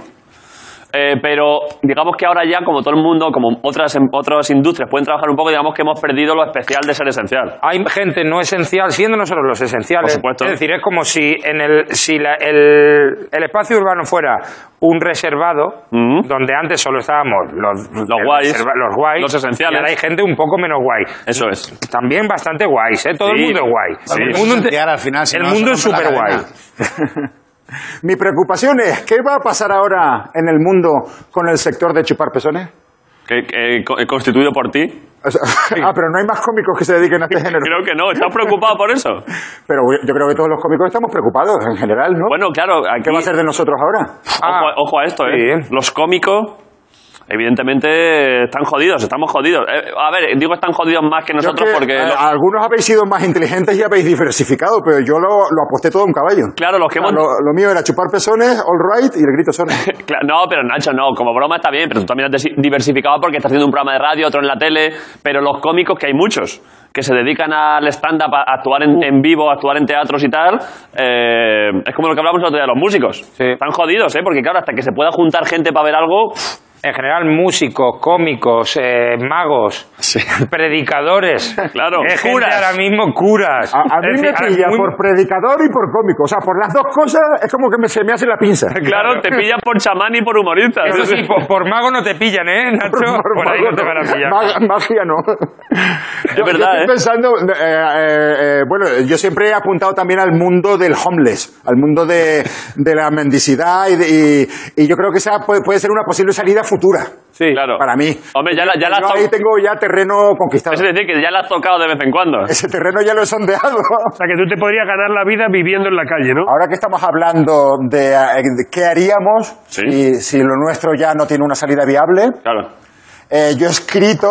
Speaker 2: Eh, pero digamos que ahora ya, como todo el mundo, como otras, em- otras industrias pueden trabajar un poco, digamos que hemos perdido lo especial de ser esencial.
Speaker 9: Hay gente no esencial, siendo nosotros los esenciales.
Speaker 2: Por supuesto.
Speaker 9: Es decir, es como si en el, si la- el, el espacio urbano fuera un reservado,
Speaker 2: Mm.
Speaker 9: donde antes solo estábamos los, el
Speaker 2: guays,
Speaker 9: reserva- los guays,
Speaker 2: los esenciales.
Speaker 9: y ahora hay gente un poco menos guay.
Speaker 2: Eso es.
Speaker 9: También bastante guays, ¿eh? Todo
Speaker 2: Sí.
Speaker 9: el mundo es guay.
Speaker 2: Sí.
Speaker 9: El mundo,
Speaker 4: Y ahora al final, si
Speaker 9: el
Speaker 4: no,
Speaker 9: mundo
Speaker 4: se
Speaker 9: es
Speaker 4: rompe la
Speaker 9: súper guay. [LAUGHS]
Speaker 4: cadena.
Speaker 3: Mi preocupación es, ¿qué va a pasar ahora en el mundo con el sector de chupar pezones?
Speaker 2: Que, que co- constituido por ti.
Speaker 3: O sea, [LAUGHS] ah, pero no hay más cómicos que se dediquen a este género.
Speaker 2: Creo que no. ¿Estás preocupado por
Speaker 3: [LAUGHS]
Speaker 2: eso?
Speaker 3: Pero yo creo que todos los cómicos estamos preocupados en general, ¿no?
Speaker 2: Bueno, claro, aquí...
Speaker 3: ¿Qué va a ser Ah, de nosotros ahora?
Speaker 2: Ojo, a- ojo a esto, ¿eh?
Speaker 9: Sí.
Speaker 2: Los cómicos, evidentemente, están jodidos, estamos jodidos. Eh, a ver, digo están jodidos más que
Speaker 3: Yo
Speaker 2: nosotros
Speaker 3: que,
Speaker 2: porque...
Speaker 3: eh,
Speaker 2: lo-
Speaker 3: Algunos habéis sido más inteligentes y habéis diversificado, pero yo lo, lo aposté todo a un caballo.
Speaker 2: Claro, los que
Speaker 3: O sea,
Speaker 2: hemos...
Speaker 3: lo, lo mío era chupar pezones, all right, y el grito son.
Speaker 2: Cla- No, pero Nacho, no, como broma está bien, pero tú también has desi- diversificado porque estás haciendo un programa de radio, otro en la tele, pero los cómicos, que hay muchos, que se dedican al stand-up, a a actuar en, en vivo, a actuar en teatros y tal, eh, es como lo que hablamos el otro día de los músicos.
Speaker 9: Sí.
Speaker 2: Están jodidos, ¿eh? Porque claro, hasta que se pueda juntar gente para ver algo,
Speaker 9: En general, músicos, cómicos, eh, magos, predicadores.
Speaker 2: Claro,
Speaker 9: Eh, gente
Speaker 2: curas.
Speaker 9: ahora mismo curas.
Speaker 3: A, a mí
Speaker 9: Es
Speaker 3: me
Speaker 9: decir,
Speaker 3: pilla
Speaker 9: ah, muy-
Speaker 3: por predicador y por cómico. O sea, por las dos cosas es como que me- se me hace la pinza.
Speaker 2: claro, te pillan por chamán y por humorista.
Speaker 9: Eso
Speaker 2: [LAUGHS]
Speaker 9: sí, por, por mago no te pillan, ¿eh, Nacho? [LAUGHS] Por, ahí no te van a pillar.
Speaker 3: Mag- magia no. yo,
Speaker 2: verdad,
Speaker 3: yo estoy
Speaker 2: ¿eh?
Speaker 3: pensando, eh, eh, eh, bueno, yo siempre he apuntado también al mundo del homeless, al mundo de, de la mendicidad y, de- y- y yo creo que esa puede, puede ser una posible salida futura
Speaker 2: Sí, claro.
Speaker 3: para mí.
Speaker 2: Hombre, ya la, ya la has
Speaker 3: yo ahí
Speaker 2: tocado.
Speaker 3: tengo ya terreno conquistado.
Speaker 2: Es decir, que ya la has tocado de vez en cuando.
Speaker 3: Ese terreno ya lo he sondeado.
Speaker 2: [LAUGHS]
Speaker 8: O sea, que tú te podrías ganar la vida viviendo en la calle, ¿no?
Speaker 3: Ahora que estamos hablando de, eh, de qué haríamos
Speaker 2: Sí.
Speaker 3: y si lo nuestro ya no tiene una salida viable,
Speaker 2: Claro.
Speaker 3: Eh, yo he escrito.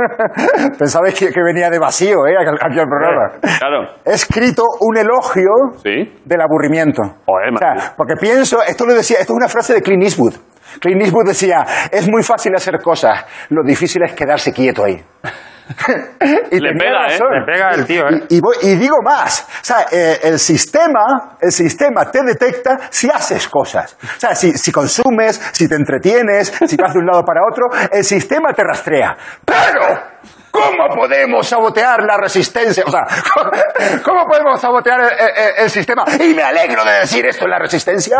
Speaker 3: [LAUGHS] Pensabais que, que venía de vacío, ¿eh? Aquí aquí al programa.
Speaker 2: Claro.
Speaker 3: He escrito un elogio
Speaker 2: Sí.
Speaker 3: del aburrimiento.
Speaker 2: Joder,
Speaker 3: o sea,
Speaker 2: macho.
Speaker 3: porque pienso, esto lo decía, esto es una frase de Clint Eastwood. Clint Eastwood decía: es muy fácil hacer cosas, lo difícil es quedarse quieto ahí. y
Speaker 2: Le
Speaker 3: tenía
Speaker 2: pega, ¿eh?
Speaker 3: razón.
Speaker 9: Le pega el tío, ¿eh?
Speaker 3: Y, y voy- y digo más, o sea, eh, el sistema, el sistema te detecta si haces cosas. O sea, si, si consumes, si te entretienes, si vas de un lado para otro, el sistema te rastrea. Pero ¿Cómo podemos sabotear la resistencia? O sea, [LAUGHS] ¿cómo, cómo podemos sabotear el, el- el sistema? Y me alegro de decir esto en la resistencia.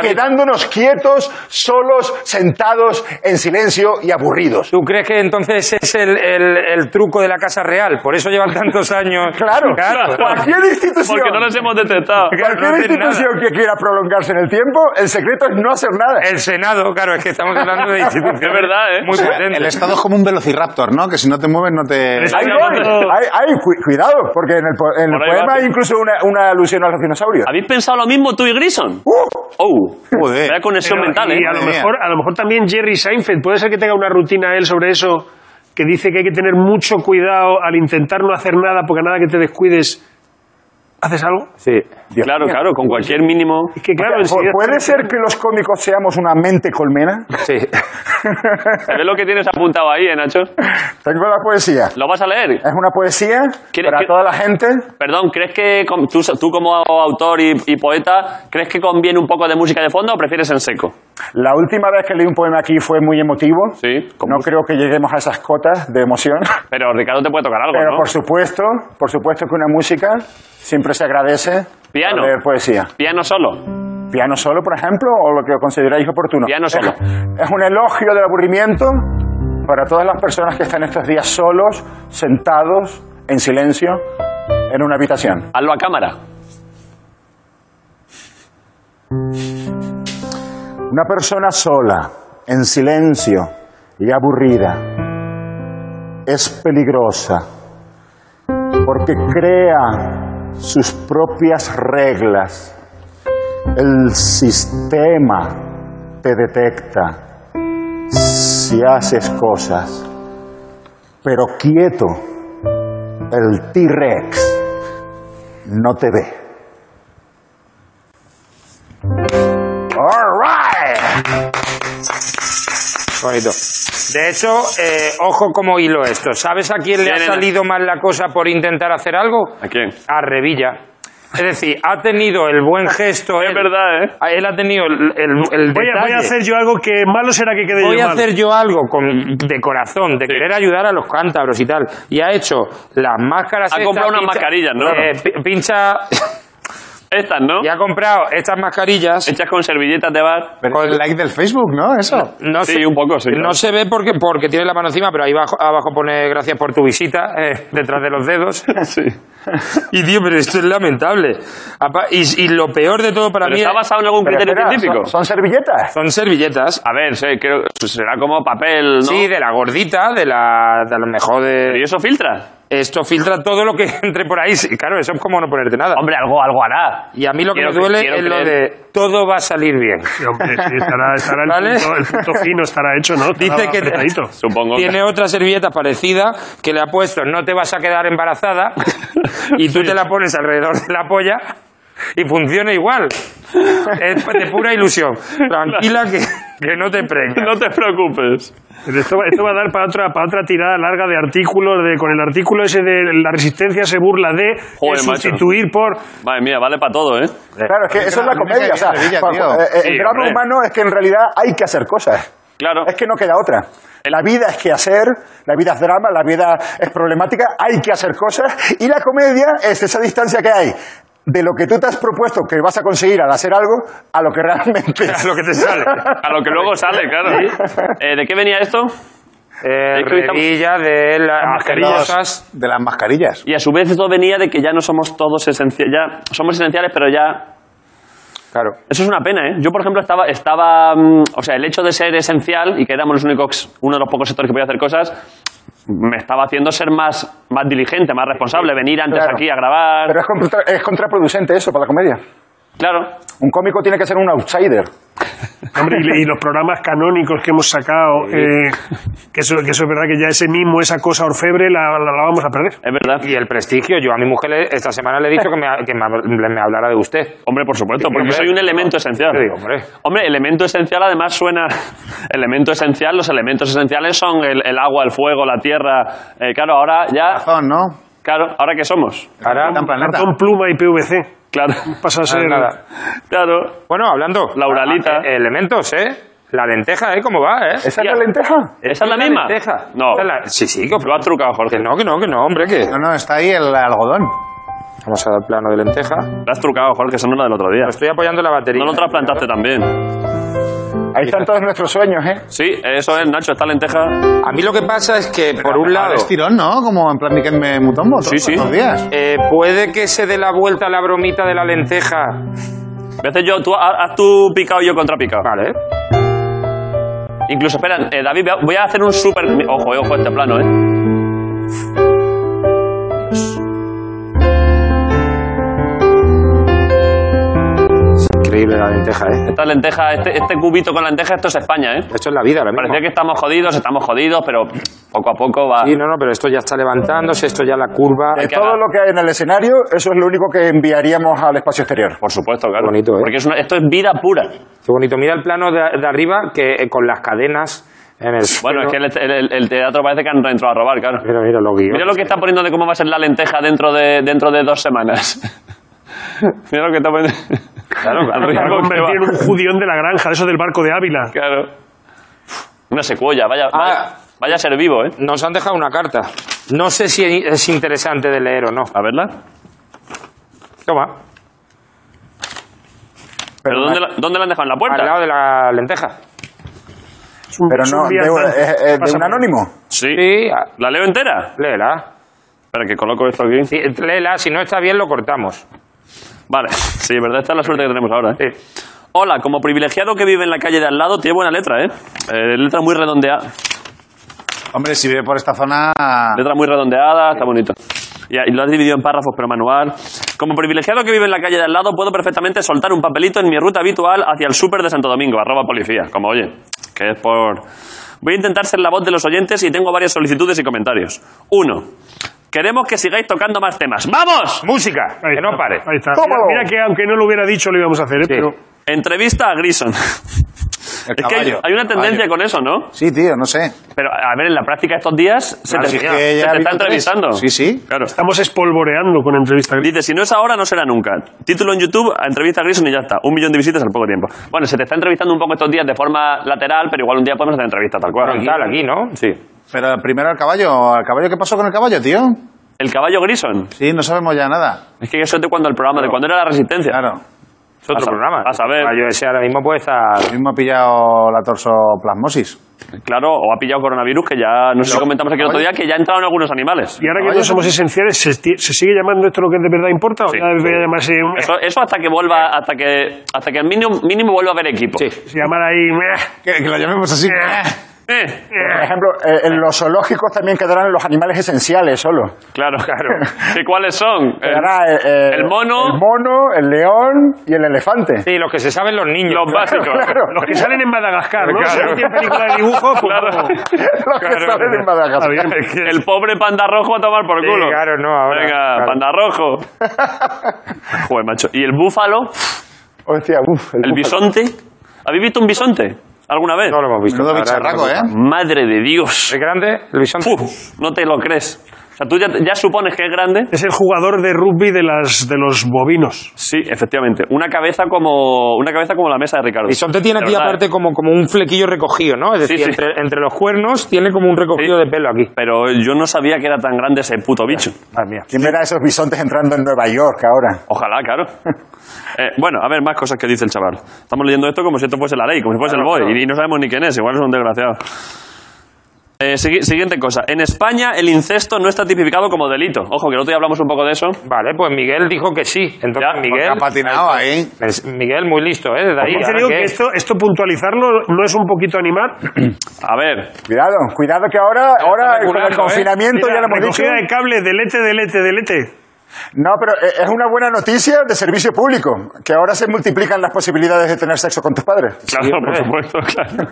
Speaker 3: Quedándonos quietos, solos, sentados, en silencio y aburridos.
Speaker 9: ¿Tú crees que entonces es el, el- el truco de la Casa Real? Por eso llevan tantos años.
Speaker 3: Claro, cualquier institución.
Speaker 2: Porque no los hemos
Speaker 3: [LAUGHS]
Speaker 2: detectado.
Speaker 3: Cualquier
Speaker 9: no hacen
Speaker 3: institución que quiera prolongarse en el tiempo, el secreto es no hacer nada.
Speaker 9: El Senado, claro, es que estamos hablando de instituciones.
Speaker 2: Es verdad, ¿eh?
Speaker 9: Muy potentes.
Speaker 4: El Estado es como un velociraptor, ¿no? Que si no te mueves no te...
Speaker 3: Ahí voy, ahí- ahí, cu- cuidado, porque en el, po- en el
Speaker 2: Por ahí
Speaker 3: poema
Speaker 2: va.
Speaker 3: hay incluso una, una alusión a los dinosaurios.
Speaker 2: ¿Habéis pensado lo mismo tú y Grison?
Speaker 3: Uh.
Speaker 2: ¡Oh!
Speaker 4: Joder.
Speaker 2: Vaya conexión
Speaker 8: Pero-
Speaker 2: mental, ¿eh?
Speaker 8: Y a lo,
Speaker 4: Madre mía.
Speaker 8: mejor, a lo mejor también Jerry Seinfeld, puede ser que tenga una rutina él sobre eso, que dice que hay que tener mucho cuidado al intentar no hacer nada, porque a nada que te descuides, ¿haces algo?
Speaker 9: Sí.
Speaker 2: Claro, claro, con cualquier [LAUGHS] mínimo.
Speaker 8: Es que claro,
Speaker 3: O sea,
Speaker 8: enseguida-
Speaker 3: ¿Puede ser que los cómicos seamos una mente colmena? [LAUGHS]
Speaker 9: Sí.
Speaker 2: ¿Sabes lo que tienes apuntado ahí, eh, Nacho?
Speaker 3: Tengo la poesía.
Speaker 2: ¿Lo vas a leer?
Speaker 3: Es una poesía
Speaker 2: ¿Quieres
Speaker 3: para
Speaker 2: que-
Speaker 3: toda la gente.
Speaker 2: Perdón, ¿crees que com- tú, tú como autor y, y poeta, crees que conviene un poco de música de fondo o prefieres en seco?
Speaker 3: La última vez que leí un poema aquí fue muy emotivo.
Speaker 2: Sí, con
Speaker 3: No creo que lleguemos a esas cotas de emoción. [LAUGHS]
Speaker 2: Pero Ricardo te puede tocar algo,
Speaker 3: Pero
Speaker 2: ¿no?
Speaker 3: por supuesto, por supuesto que una música siempre se agradece.
Speaker 2: Piano.
Speaker 3: para leer poesía.
Speaker 2: Piano solo.
Speaker 3: Piano solo, por ejemplo, o lo que consideráis oportuno.
Speaker 2: Piano solo.
Speaker 3: Es, es un elogio del aburrimiento para todas las personas que están estos días solos, sentados, en silencio, en una habitación.
Speaker 2: Hazlo a cámara.
Speaker 3: Una persona sola, en silencio y aburrida, es peligrosa porque crea sus propias reglas. El sistema te detecta si haces cosas, pero quieto, el T-Rex no te ve. All right.
Speaker 9: Bonito. De hecho, eh, ojo cómo hilo esto. ¿Sabes a quién le ha
Speaker 2: Bien, Elena.
Speaker 9: salido mal la cosa por intentar hacer algo?
Speaker 2: ¿A quién?
Speaker 9: A Revilla. Es decir, ha tenido el buen gesto.
Speaker 2: Es
Speaker 9: él. Ah,
Speaker 2: verdad, ¿eh?
Speaker 9: Él ha tenido el, el, el
Speaker 8: Voy a, voy a
Speaker 9: detalle.
Speaker 8: hacer yo algo que malo será que quede
Speaker 9: Voy
Speaker 8: yo
Speaker 9: a
Speaker 8: mal.
Speaker 9: hacer yo algo con- de corazón, de querer ayudar a los cántabros y tal. Y ha hecho las máscaras.
Speaker 2: Ha
Speaker 9: estas,
Speaker 2: comprado unas mascarillas, ¿no?
Speaker 9: eh, pi- pincha.
Speaker 2: Estas, ¿no?
Speaker 9: Y ha comprado estas mascarillas.
Speaker 2: Hechas con servilletas de bar.
Speaker 4: Pero es el like del Facebook, ¿no? Eso.
Speaker 9: No
Speaker 2: Sí,
Speaker 9: se-
Speaker 2: un poco, sí, claro.
Speaker 9: No se ve porque, porque tiene la mano encima, pero ahí abajo, abajo pone gracias por tu visita, eh, detrás de
Speaker 2: [LAUGHS]
Speaker 9: los dedos.
Speaker 2: Sí.
Speaker 9: Y tío, pero esto es lamentable. Apa- Y, y lo peor de todo para
Speaker 2: ¿Pero
Speaker 9: mí
Speaker 2: está
Speaker 9: es-
Speaker 2: basado en algún
Speaker 3: Pero
Speaker 2: criterio
Speaker 3: espera,
Speaker 2: científico?
Speaker 3: ¿son, son servilletas.
Speaker 9: son servilletas.
Speaker 2: A ver, sí, creo, será como papel, ¿no?
Speaker 9: Sí, de la gordita, de la, de a lo mejor
Speaker 2: ¿Y
Speaker 9: de...
Speaker 2: eso filtra?
Speaker 9: Esto filtra todo lo que [LAUGHS] entre por ahí. Sí, Claro, eso es como no ponerte nada.
Speaker 2: Hombre, algo, algo hará.
Speaker 9: Y a mí lo que
Speaker 2: quiero
Speaker 9: me duele
Speaker 2: que- quiero
Speaker 9: es lo
Speaker 2: creer.
Speaker 9: de todo va a salir
Speaker 2: [LAUGHS]
Speaker 9: bien.
Speaker 8: Sí, hombre, sí, estará, estará el,
Speaker 9: ¿Vale?
Speaker 8: punto, el punto fino, estará hecho,
Speaker 2: [LAUGHS]
Speaker 8: ¿no? Estará
Speaker 9: Dice que-
Speaker 8: apretadito.
Speaker 2: Supongo que...
Speaker 9: Tiene otra servilleta parecida que le ha puesto no te vas a quedar embarazada
Speaker 2: [LAUGHS]
Speaker 9: y tú te la pones alrededor de la polla y funciona igual. Es de pura ilusión. Tranquila que, que no te
Speaker 2: [LAUGHS]
Speaker 9: preñas.
Speaker 2: No te preocupes.
Speaker 8: Pero Esto, va- esto va a dar para otra, para otra tirada larga de artículos, de, con el artículo ese de la resistencia se burla de
Speaker 2: Joder,
Speaker 8: de
Speaker 2: macho.
Speaker 8: sustituir por...
Speaker 2: Madre mía, vale para todo, ¿eh?
Speaker 3: Claro, es que eso es la
Speaker 4: la comedia
Speaker 3: comedia. O sea,
Speaker 4: de Sevilla,
Speaker 3: pa-
Speaker 4: tío.
Speaker 3: eh, eh,
Speaker 2: Sí,
Speaker 3: el drama
Speaker 2: hombre.
Speaker 3: humano es que en realidad hay que hacer cosas.
Speaker 2: Claro.
Speaker 3: Es que no queda otra. La vida es que hacer, la vida es drama, la vida es problemática, hay que hacer cosas. Y la comedia es esa distancia que hay de lo que tú te has propuesto que vas a conseguir al hacer algo a lo que realmente
Speaker 9: [LAUGHS] A lo que te sale.
Speaker 3: [LAUGHS]
Speaker 2: A lo que luego sale, claro. Eh, ¿De qué venía esto?
Speaker 9: Eh,
Speaker 2: Es que hoy estamos-
Speaker 9: revilla de las mascarillas.
Speaker 4: De las mascarillas.
Speaker 2: Y a su vez esto venía de que ya no somos todos esenciales. Ya somos esenciales, pero ya...
Speaker 9: Claro.
Speaker 2: Eso es una pena, ¿eh? Yo, por ejemplo, estaba... estaba mm, o sea, el hecho de ser esencial y que éramos los únicos, uno de los pocos sectores que podía hacer cosas, me estaba haciendo ser más, más diligente, más responsable, venir antes
Speaker 3: Claro.
Speaker 2: aquí a grabar...
Speaker 3: Pero es, contra- es contraproducente eso para la comedia.
Speaker 2: Claro.
Speaker 3: Un cómico tiene que ser un outsider.
Speaker 8: Hombre, y, y los programas canónicos que hemos sacado, eh, que, eso, que eso es verdad que ya ese mismo, esa cosa orfebre, la, la- la vamos a perder.
Speaker 2: Es verdad.
Speaker 9: Y el prestigio. Yo a mi mujer le- esta semana le he dicho que me, ha- que me, ha- me hablara de usted.
Speaker 2: Hombre, por supuesto,
Speaker 9: Sí,
Speaker 2: porque
Speaker 9: hombre.
Speaker 2: soy un elemento esencial.
Speaker 9: Yo digo, hombre.
Speaker 2: elemento esencial además suena... [LAUGHS] elemento esencial, los elementos esenciales son el, el agua, el fuego, la tierra... Eh, claro, ahora ya...
Speaker 4: Razón, ¿no?
Speaker 2: Claro, ¿ahora qué somos?
Speaker 9: Ahora,
Speaker 4: Tan planeta.
Speaker 8: Cartón, pluma y PVC.
Speaker 2: Claro,
Speaker 8: Pasa a ser...
Speaker 9: nada.
Speaker 2: claro.
Speaker 9: Bueno, hablando. Ah,
Speaker 2: Lauralita.
Speaker 9: Eh, Elementos, ¿eh? La lenteja, ¿eh? ¿Cómo va, eh?
Speaker 3: ¿Esa es la lenteja?
Speaker 2: ¿Esa es la misma?
Speaker 9: lenteja.
Speaker 2: No.
Speaker 9: Esa es la- Sí, sí, que
Speaker 2: Lo has trucado, Jorge.
Speaker 9: que no, que no, que no, hombre, que...
Speaker 4: No, no, está ahí el algodón.
Speaker 9: Vamos a dar plano de lenteja.
Speaker 2: Lo has trucado, Jorge. Eso no era del otro día.
Speaker 9: Estoy apoyando la batería.
Speaker 2: No lo trasplantaste también.
Speaker 3: Ahí están todos nuestros sueños, ¿eh?
Speaker 2: Sí, eso es, Nacho. Esta lenteja.
Speaker 9: A mí lo que pasa es que, por un lado,
Speaker 4: Es tirón, ¿no? Como en plan Niquelme Mutombo.
Speaker 2: Sí, sí.
Speaker 4: Los días.
Speaker 9: eh, puede que se dé la vuelta la bromita de la lenteja.
Speaker 2: A veces yo, tú ha- haz tú picado y yo contra picado.
Speaker 9: Vale.
Speaker 2: Incluso, espera, eh, David, voy a- voy a hacer un súper. Ojo, eh, ojo, este plano, ¿eh?
Speaker 9: Increíble la lenteja, ¿eh?
Speaker 2: Esta lenteja, este, este cubito con lenteja, esto es España, ¿eh?
Speaker 9: Esto es la vida ahora mismo.
Speaker 2: Parecía que estamos jodidos, estamos jodidos, pero poco a poco va.
Speaker 9: Sí, no, no, pero esto ya está levantándose, esto ya la curva...
Speaker 3: De
Speaker 2: que
Speaker 3: todo
Speaker 2: haga-
Speaker 3: lo que hay en el escenario, eso es lo único que enviaríamos al espacio exterior.
Speaker 2: Por supuesto, claro.
Speaker 9: Bonito, ¿eh?
Speaker 2: Porque es una- esto es vida pura.
Speaker 9: Qué bonito. Mira el plano de, de arriba que eh, con las cadenas en el
Speaker 2: Bueno,
Speaker 9: suelo.
Speaker 2: es que el, el- el teatro parece que han entrado a robar, claro.
Speaker 9: Mira, mira, los guiones.
Speaker 2: Mira lo que está poniendo de cómo va a ser la lenteja dentro de, dentro de dos semanas. [LAUGHS] Mira lo que está poniendo. [LAUGHS] Claro, al
Speaker 8: Para
Speaker 2: ritmo que va.
Speaker 8: convertir en un judión de la granja, de eso del barco de Ávila.
Speaker 2: Claro. Una secuoya, vaya,
Speaker 9: Ah.
Speaker 2: vaya, vaya a ser vivo, ¿eh?
Speaker 9: Nos han dejado una carta. No sé si es interesante de leer o no.
Speaker 2: A verla.
Speaker 9: Toma,
Speaker 2: ¿Pero dónde la, dónde la han dejado? ¿En la
Speaker 9: al
Speaker 2: puerta?
Speaker 9: lado de la lenteja.
Speaker 8: Es un-
Speaker 3: Pero
Speaker 8: es un
Speaker 3: no, de,
Speaker 8: día
Speaker 3: eh,
Speaker 8: tan-
Speaker 3: eh, de
Speaker 8: pasa
Speaker 3: un
Speaker 8: por-
Speaker 3: anónimo.
Speaker 2: Sí.
Speaker 9: Sí, a-
Speaker 2: ¿La leo entera?
Speaker 9: léela.
Speaker 2: Espera, que coloco esto aquí.
Speaker 9: Sí, léela, si no está bien lo cortamos.
Speaker 2: Vale. [LAUGHS] Sí, verdad, esta es la suerte que tenemos ahora, ¿eh?
Speaker 9: Sí.
Speaker 2: Hola, como privilegiado que vive en la calle de al lado, tiene buena letra, ¿eh? Eh, letra muy redondeada.
Speaker 4: Hombre, si vive por esta zona.
Speaker 2: Letra muy redondeada, está bonito. Y y lo has dividido en párrafos, pero manual. Como privilegiado que vive en la calle de al lado, puedo perfectamente soltar un papelito en mi ruta habitual hacia el súper de Santo Domingo, arroba policía, como oye, que es por... Voy a intentar ser la voz de los oyentes y tengo varias solicitudes y comentarios. Uno, queremos que sigáis tocando más temas. ¡Vamos!
Speaker 9: Música,
Speaker 8: Ahí
Speaker 9: que no
Speaker 8: está,
Speaker 9: pare.
Speaker 8: Ahí está.
Speaker 3: ¡Tómalo!
Speaker 8: Mira, mira que aunque no lo hubiera dicho lo íbamos a hacer, ¿eh?
Speaker 9: Sí.
Speaker 8: pero
Speaker 2: Entrevista a Grison. [LAUGHS]
Speaker 4: El
Speaker 2: es que hay,
Speaker 4: caballo,
Speaker 2: hay una
Speaker 4: el
Speaker 2: tendencia
Speaker 4: caballo.
Speaker 2: con eso, ¿no?
Speaker 4: Sí, tío, no sé.
Speaker 2: Pero, a ver, en la práctica estos días se
Speaker 4: Claro,
Speaker 2: te,
Speaker 4: si es que
Speaker 2: se te
Speaker 4: ya ha
Speaker 2: está
Speaker 4: habido tres.
Speaker 2: entrevistando.
Speaker 4: Sí, sí.
Speaker 2: Claro.
Speaker 8: estamos espolvoreando con entrevista.
Speaker 2: Dice, si no es ahora, no será nunca. Título en YouTube, a entrevista a Grison y ya está. Un millón de visitas al poco tiempo. Bueno, se te está entrevistando un poco estos días de forma lateral, pero igual un día podemos hacer entrevista tal cual.
Speaker 9: Frontal aquí, ¿no?
Speaker 2: Sí.
Speaker 4: Pero primero al caballo. ¿Al caballo qué pasó con el caballo, tío?
Speaker 2: El caballo Grison.
Speaker 4: Sí, no sabemos ya nada.
Speaker 2: Es que eso es de cuando el programa, de cuando era la resistencia.
Speaker 4: Claro.
Speaker 9: Es otro
Speaker 2: A sa-
Speaker 9: programa.
Speaker 2: a saber.
Speaker 9: Ah, Yo ese ahora mismo puede estar...
Speaker 4: Lo mismo ha pillado la torsoplasmosis.
Speaker 2: Claro, o ha pillado coronavirus, que ya, no sé si comentamos aquí el otro día, que ya entraron algunos animales.
Speaker 8: Y ahora que no somos esenciales, ¿se, ti- se sigue llamando esto lo que de verdad importa? ¿O
Speaker 2: Sí.
Speaker 8: ya debería llamarse un-
Speaker 2: Eso, eso hasta que vuelva, hasta que, hasta que mínimo, mínimo vuelva a haber equipo. Sí.
Speaker 8: se llamara ahí... eh. meh,
Speaker 4: Que, que lo llamemos así.
Speaker 3: Por ejemplo, eh, en los zoológicos también quedarán los animales esenciales solo.
Speaker 2: Claro, claro. [LAUGHS] ¿Y cuáles son?
Speaker 3: Quedará el, eh,
Speaker 2: el mono.
Speaker 3: el mono, el león y el elefante.
Speaker 9: Sí, los que se saben los niños.
Speaker 2: Los básicos.
Speaker 3: Claro,
Speaker 8: Los que salen en Madagascar, ¿no?
Speaker 2: Claro.
Speaker 8: Si no tienen película de dibujos, pues
Speaker 2: Claro.
Speaker 9: [LAUGHS]
Speaker 8: no.
Speaker 3: los que
Speaker 2: Claro.
Speaker 3: salen en Madagascar.
Speaker 2: El pobre panda rojo a tomar por
Speaker 9: Sí,
Speaker 2: culo.
Speaker 9: claro, no, ahora,
Speaker 2: Venga,
Speaker 9: claro.
Speaker 2: panda rojo. Joder, macho. ¿Y el búfalo?
Speaker 3: Hostia, uf,
Speaker 2: ¿El bisonte? ¿Habéis visto un bisonte alguna vez?
Speaker 9: No lo hemos visto.
Speaker 4: Menudo
Speaker 9: Ahora
Speaker 4: bicharraco,
Speaker 9: no lo
Speaker 4: ¿eh?
Speaker 9: hemos
Speaker 2: Madre de
Speaker 9: visto.
Speaker 2: Dios.
Speaker 9: ¿Es grande, Luisón?
Speaker 2: Uf, no te lo crees. O sea, tú ya, ya supones que es grande.
Speaker 8: Es el jugador de rugby de, las, de los bovinos.
Speaker 2: Sí, efectivamente. Una cabeza como, una cabeza como la mesa de Ricardo.
Speaker 9: Bisonte tiene
Speaker 2: De
Speaker 9: aquí
Speaker 2: verdad, eh.
Speaker 9: aparte como, como un flequillo recogido, ¿no? Es
Speaker 2: Sí,
Speaker 9: decir,
Speaker 2: sí.
Speaker 9: Entre, entre los cuernos tiene como un recogido
Speaker 2: Sí.
Speaker 9: de pelo aquí.
Speaker 2: Pero yo no sabía que era tan grande ese puto bicho.
Speaker 9: Madre mía.
Speaker 3: ¿Quién verá esos bisontes entrando en Nueva York ahora?
Speaker 2: Ojalá, claro. [LAUGHS] Eh, bueno, a ver, más cosas que dice el chaval. Estamos leyendo esto como si esto fuese la ley, como si fuese el boy, y no sabemos ni quién es, igual es un desgraciado. Eh, sigui- siguiente cosa. En España el incesto no está tipificado como delito. Ojo, que el otro día hablamos un poco de eso.
Speaker 9: Vale, pues Miguel dijo que sí. Entonces,
Speaker 2: Ya,
Speaker 9: Miguel.
Speaker 4: Ha patinado ahí.
Speaker 9: Es- Miguel, muy listo, ¿eh? Desde ahí.
Speaker 8: Y te
Speaker 9: ahora
Speaker 8: digo
Speaker 9: que-
Speaker 8: que esto, esto puntualizarlo no es un poquito animar.
Speaker 2: A ver,
Speaker 3: Cuidado, cuidado que ahora, ahora con el
Speaker 9: regulando, ¿eh?
Speaker 3: confinamiento
Speaker 8: Mira,
Speaker 3: ya lo hemos dicho.
Speaker 8: recogida de cable, delete, delete, delete.
Speaker 3: No, pero eh, es una buena noticia de servicio público, que ahora se multiplican las posibilidades de tener sexo con tus padres.
Speaker 2: claro, por supuesto, [LAUGHS] claro.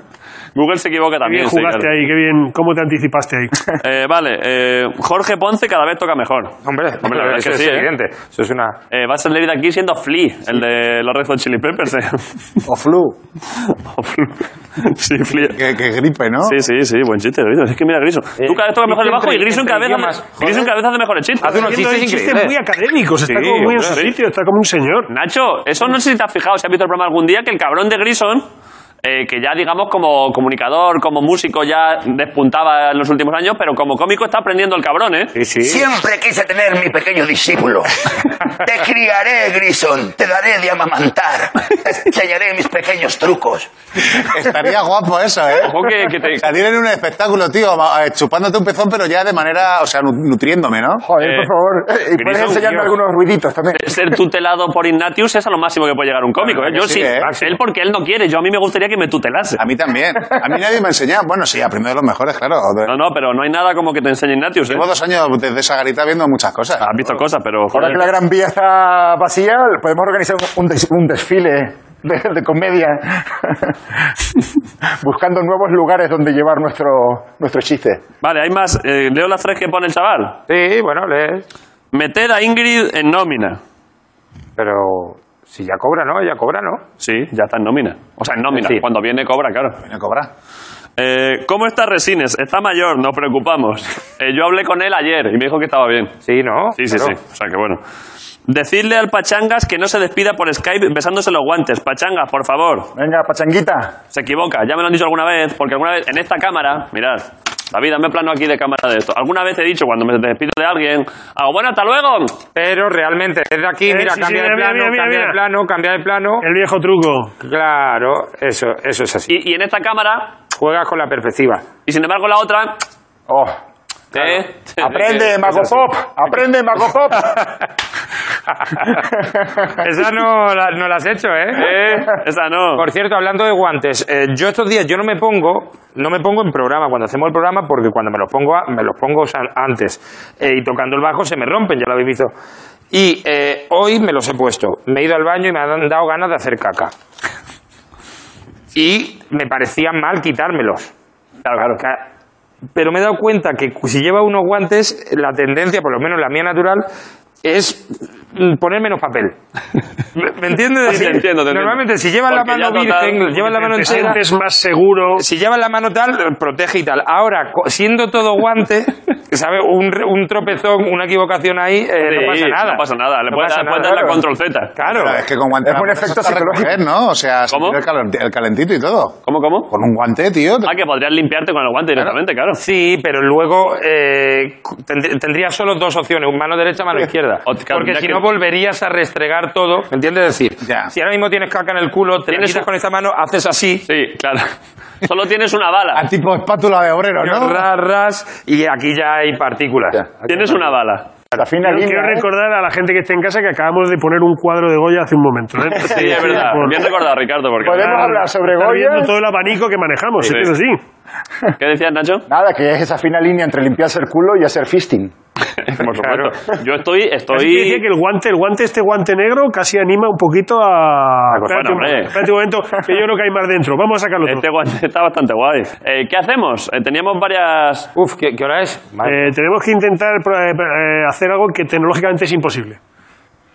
Speaker 2: Google se equivoca
Speaker 8: Qué
Speaker 2: también.
Speaker 8: bien
Speaker 2: sí,
Speaker 8: jugaste
Speaker 2: claro.
Speaker 8: ahí, qué bien, cómo te anticipaste
Speaker 9: [LAUGHS]
Speaker 8: ahí.
Speaker 2: Eh, vale, eh, Jorge Ponce cada vez toca mejor.
Speaker 9: Hombre,
Speaker 2: Hombre, la verdad es
Speaker 9: eso
Speaker 2: que
Speaker 9: es
Speaker 2: sí, ¿eh?
Speaker 9: evidente. Eso es una.
Speaker 2: Eh, va a salir de aquí siendo Flea, el de los Red Hot Chili Peppers.
Speaker 9: [LAUGHS]
Speaker 2: eh.
Speaker 4: O flu.
Speaker 2: [LAUGHS] sí, Flea.
Speaker 4: Que, que gripe, ¿no?
Speaker 2: Sí, sí, sí, buen chiste, Grison. Es que mira, Grison. Tú cada vez tocas mejor
Speaker 9: chiste
Speaker 2: el bajo y
Speaker 9: Eh, entre-
Speaker 2: Grison
Speaker 9: entre
Speaker 2: cada, vez hace,
Speaker 9: idiomas. Joder.
Speaker 2: Grison cada vez hace mejores chistes.
Speaker 9: Hace unos chistes
Speaker 8: Chistes muy
Speaker 9: increíbles.
Speaker 8: académicos, está
Speaker 9: Sí,
Speaker 8: como muy en su
Speaker 9: hombre.
Speaker 8: sitio, está como un señor.
Speaker 2: Nacho, eso no sé si te has fijado, si has visto el programa algún día, que el cabrón de Grison eh, que ya, digamos, como comunicador, como músico, ya despuntaba en los últimos años, pero como cómico está aprendiendo el cabrón, ¿eh?
Speaker 10: Siempre quise tener mi pequeño
Speaker 4: [LAUGHS]
Speaker 10: discípulo. Te criaré, Grison. Te daré de amamantar. Te enseñaré mis pequeños trucos.
Speaker 4: Estaría guapo eso, ¿eh?
Speaker 10: [LAUGHS]
Speaker 2: Ojo que- que te-
Speaker 4: O sea, tienen un espectáculo, tío, ma- eh, chupándote un pezón, pero ya de manera, o sea, nu- nutriéndome, ¿no?
Speaker 3: Joder,
Speaker 2: Eh,
Speaker 3: por favor. Y puedes
Speaker 2: Grison,
Speaker 3: enseñarme
Speaker 2: Dios.
Speaker 3: algunos ruiditos también.
Speaker 2: Ser tutelado por Ignatius es a lo máximo que puede llegar un cómico. ¿eh?
Speaker 4: Claro que
Speaker 2: Yo
Speaker 4: sí,
Speaker 2: sí,
Speaker 4: ¿eh?
Speaker 2: él porque él no quiere. Yo a mí me gustaría que me tutelase.
Speaker 4: A mí también. A mí nadie me enseñaba. Bueno, sí, a primero de los mejores, claro. De-
Speaker 2: No, no, pero no hay nada como que te enseñe Ignatius. ¿eh?
Speaker 4: Llevo dos años desde esa garita viendo muchas cosas.
Speaker 2: Has visto cosas, pero.
Speaker 3: Ahora
Speaker 2: joder.
Speaker 3: que la Gran Vía está vacía, podemos organizar un, des- un desfile de, de comedia, [LAUGHS] buscando nuevos lugares donde llevar nuestro, nuestro chiste.
Speaker 2: Vale, hay más. Eh, leo las tres que pone el chaval.
Speaker 9: Sí, bueno, lees.
Speaker 2: Meter a Ingrid en nómina.
Speaker 9: Pero si ya cobra, ¿no? Ya cobra, ¿no?
Speaker 2: Sí, ya está en nómina. O sea, en nómina.
Speaker 9: Sí.
Speaker 2: Cuando viene cobra, claro.
Speaker 4: Viene a cobrar.
Speaker 2: Eh, ¿Cómo está Resines? Está mayor, nos preocupamos. Eh, yo hablé con él ayer y me dijo que estaba bien.
Speaker 9: Sí, ¿no?
Speaker 2: Sí, sí,
Speaker 9: Claro.
Speaker 2: sí. O sea, que bueno. Decirle al Pachangas que no se despida por Skype besándose los guantes. Pachangas, por favor.
Speaker 3: Venga, pachanguita.
Speaker 2: Se equivoca. Ya me lo han dicho alguna vez, porque alguna vez en esta cámara, mirad, David, dame plano aquí de cámara de esto. Alguna vez he dicho cuando me despido de alguien, hago, bueno, hasta luego.
Speaker 9: Pero realmente, desde aquí,
Speaker 8: Eh,
Speaker 9: mira,
Speaker 8: sí, sí,
Speaker 9: cambia de
Speaker 8: mira,
Speaker 9: plano,
Speaker 8: mira, mira,
Speaker 9: cambia de
Speaker 8: mira.
Speaker 9: plano, cambia de plano.
Speaker 8: El viejo truco.
Speaker 9: Claro, eso, eso es así.
Speaker 2: Y, y en esta cámara,
Speaker 9: Juegas con la perspectiva.
Speaker 2: y sin embargo la otra...
Speaker 8: [LAUGHS]
Speaker 3: Oh.
Speaker 2: ¿eh?
Speaker 3: Aprende, Mago Pop. Aprende, Mago Pop.
Speaker 9: [LAUGHS] Esa no la, no la has hecho, ¿eh?
Speaker 2: ¿Eh? Esa no.
Speaker 9: Por cierto, hablando de guantes, eh, yo estos días yo no me pongo, no me pongo en programa cuando hacemos el programa porque cuando me los pongo a- me los pongo o sea, antes Eh, y tocando el bajo se me rompen, ya lo habéis visto. Y eh, hoy me los he puesto, me he ido al baño y me han dado ganas de hacer caca. Y me parecía mal quitármelos. Claro, claro. Pero me he dado cuenta que cu- si lleva unos guantes, la tendencia, por lo menos la mía natural, es mm, poner
Speaker 2: [LAUGHS]
Speaker 9: menos papel. ¿Me, me entiendes?
Speaker 2: Sí, te entiendo, te entiendo.
Speaker 9: Normalmente, si llevas la
Speaker 2: Porque ya
Speaker 9: mano
Speaker 2: total-
Speaker 9: virgen, llevas la mano
Speaker 8: Te
Speaker 9: entera,
Speaker 8: sientes más seguro.
Speaker 9: si llevas la mano tal, eh, protege y tal. Ahora, co- siendo todo [LAUGHS] guante, ¿sabes? Un, re- un tropezón, una equivocación ahí, eh,
Speaker 2: Sí,
Speaker 9: no pasa nada.
Speaker 2: No pasa nada. Le
Speaker 9: No
Speaker 2: puedes
Speaker 9: pasa
Speaker 2: dar puedes
Speaker 9: nada.
Speaker 2: darle a control Z.
Speaker 9: Claro.
Speaker 4: Pero es que con guantes
Speaker 3: Es un
Speaker 4: la puedes
Speaker 3: efecto
Speaker 4: hasta
Speaker 3: psicológico.
Speaker 4: recoger, ¿no? O sea,
Speaker 2: ¿Cómo?
Speaker 4: sentir El, calen- el calentito y todo.
Speaker 2: ¿Cómo, cómo?
Speaker 4: Con un guante, tío. te-
Speaker 2: Ah, que podrías limpiarte con el guante directamente, claro.
Speaker 9: Sí, pero luego eh, cu- tendr- tendría solo dos opciones, un mano derecha, mano izquierda.
Speaker 2: O te-
Speaker 9: Porque
Speaker 2: ya
Speaker 9: si
Speaker 2: que-
Speaker 9: no volverías a restregar todo, ¿me entiendes? Es decir,
Speaker 4: Ya.
Speaker 9: si ahora mismo tienes caca en el culo, te la
Speaker 2: Tienes
Speaker 9: quitas
Speaker 2: un-
Speaker 9: con esta mano, haces así,
Speaker 2: Sí,
Speaker 9: [LAUGHS]
Speaker 2: claro. Solo tienes una
Speaker 9: Ah,
Speaker 2: bala.
Speaker 4: Tipo espátula de obrero, ¿no?
Speaker 9: ras, ras, y aquí ya hay partículas.
Speaker 2: Tienes una bala.
Speaker 3: La fina
Speaker 8: Yo
Speaker 3: línea.
Speaker 8: quiero
Speaker 3: ¿eh?
Speaker 8: recordar a la gente que esté en casa que acabamos de poner un cuadro de Goya hace un momento.
Speaker 2: [LAUGHS]
Speaker 8: ¿eh?
Speaker 2: Sí, es verdad.
Speaker 8: por-
Speaker 2: Bien recordado, Ricardo, porque...
Speaker 3: Podemos- hablar sobre
Speaker 8: estar
Speaker 3: Goya.
Speaker 8: viendo todo el abanico que manejamos, ¿eh?
Speaker 2: Sí.
Speaker 8: sí, pero sí.
Speaker 2: ¿Qué decías, Nacho?
Speaker 9: [LAUGHS]
Speaker 3: Nada, que es esa fina línea entre limpiarse el culo y hacer fisting. [LAUGHS]
Speaker 2: Por supuesto. Yo estoy...
Speaker 8: Así que decía que
Speaker 2: estoy...
Speaker 8: el guante, el guante, este guante negro, casi anima un poquito a.
Speaker 2: pues
Speaker 8: espérate,
Speaker 2: bueno,
Speaker 8: un,
Speaker 2: hombre.
Speaker 8: espérate un momento, que yo creo que hay más dentro. Vamos a sacarlo todo.
Speaker 2: Este guante está bastante guay. [LAUGHS] Eh, ¿Qué hacemos? Eh, teníamos varias...
Speaker 9: Uf, ¿qué, qué hora es? Madre
Speaker 8: Eh, tenemos que intentar pro- eh, eh, hacer algo que tecnológicamente es imposible,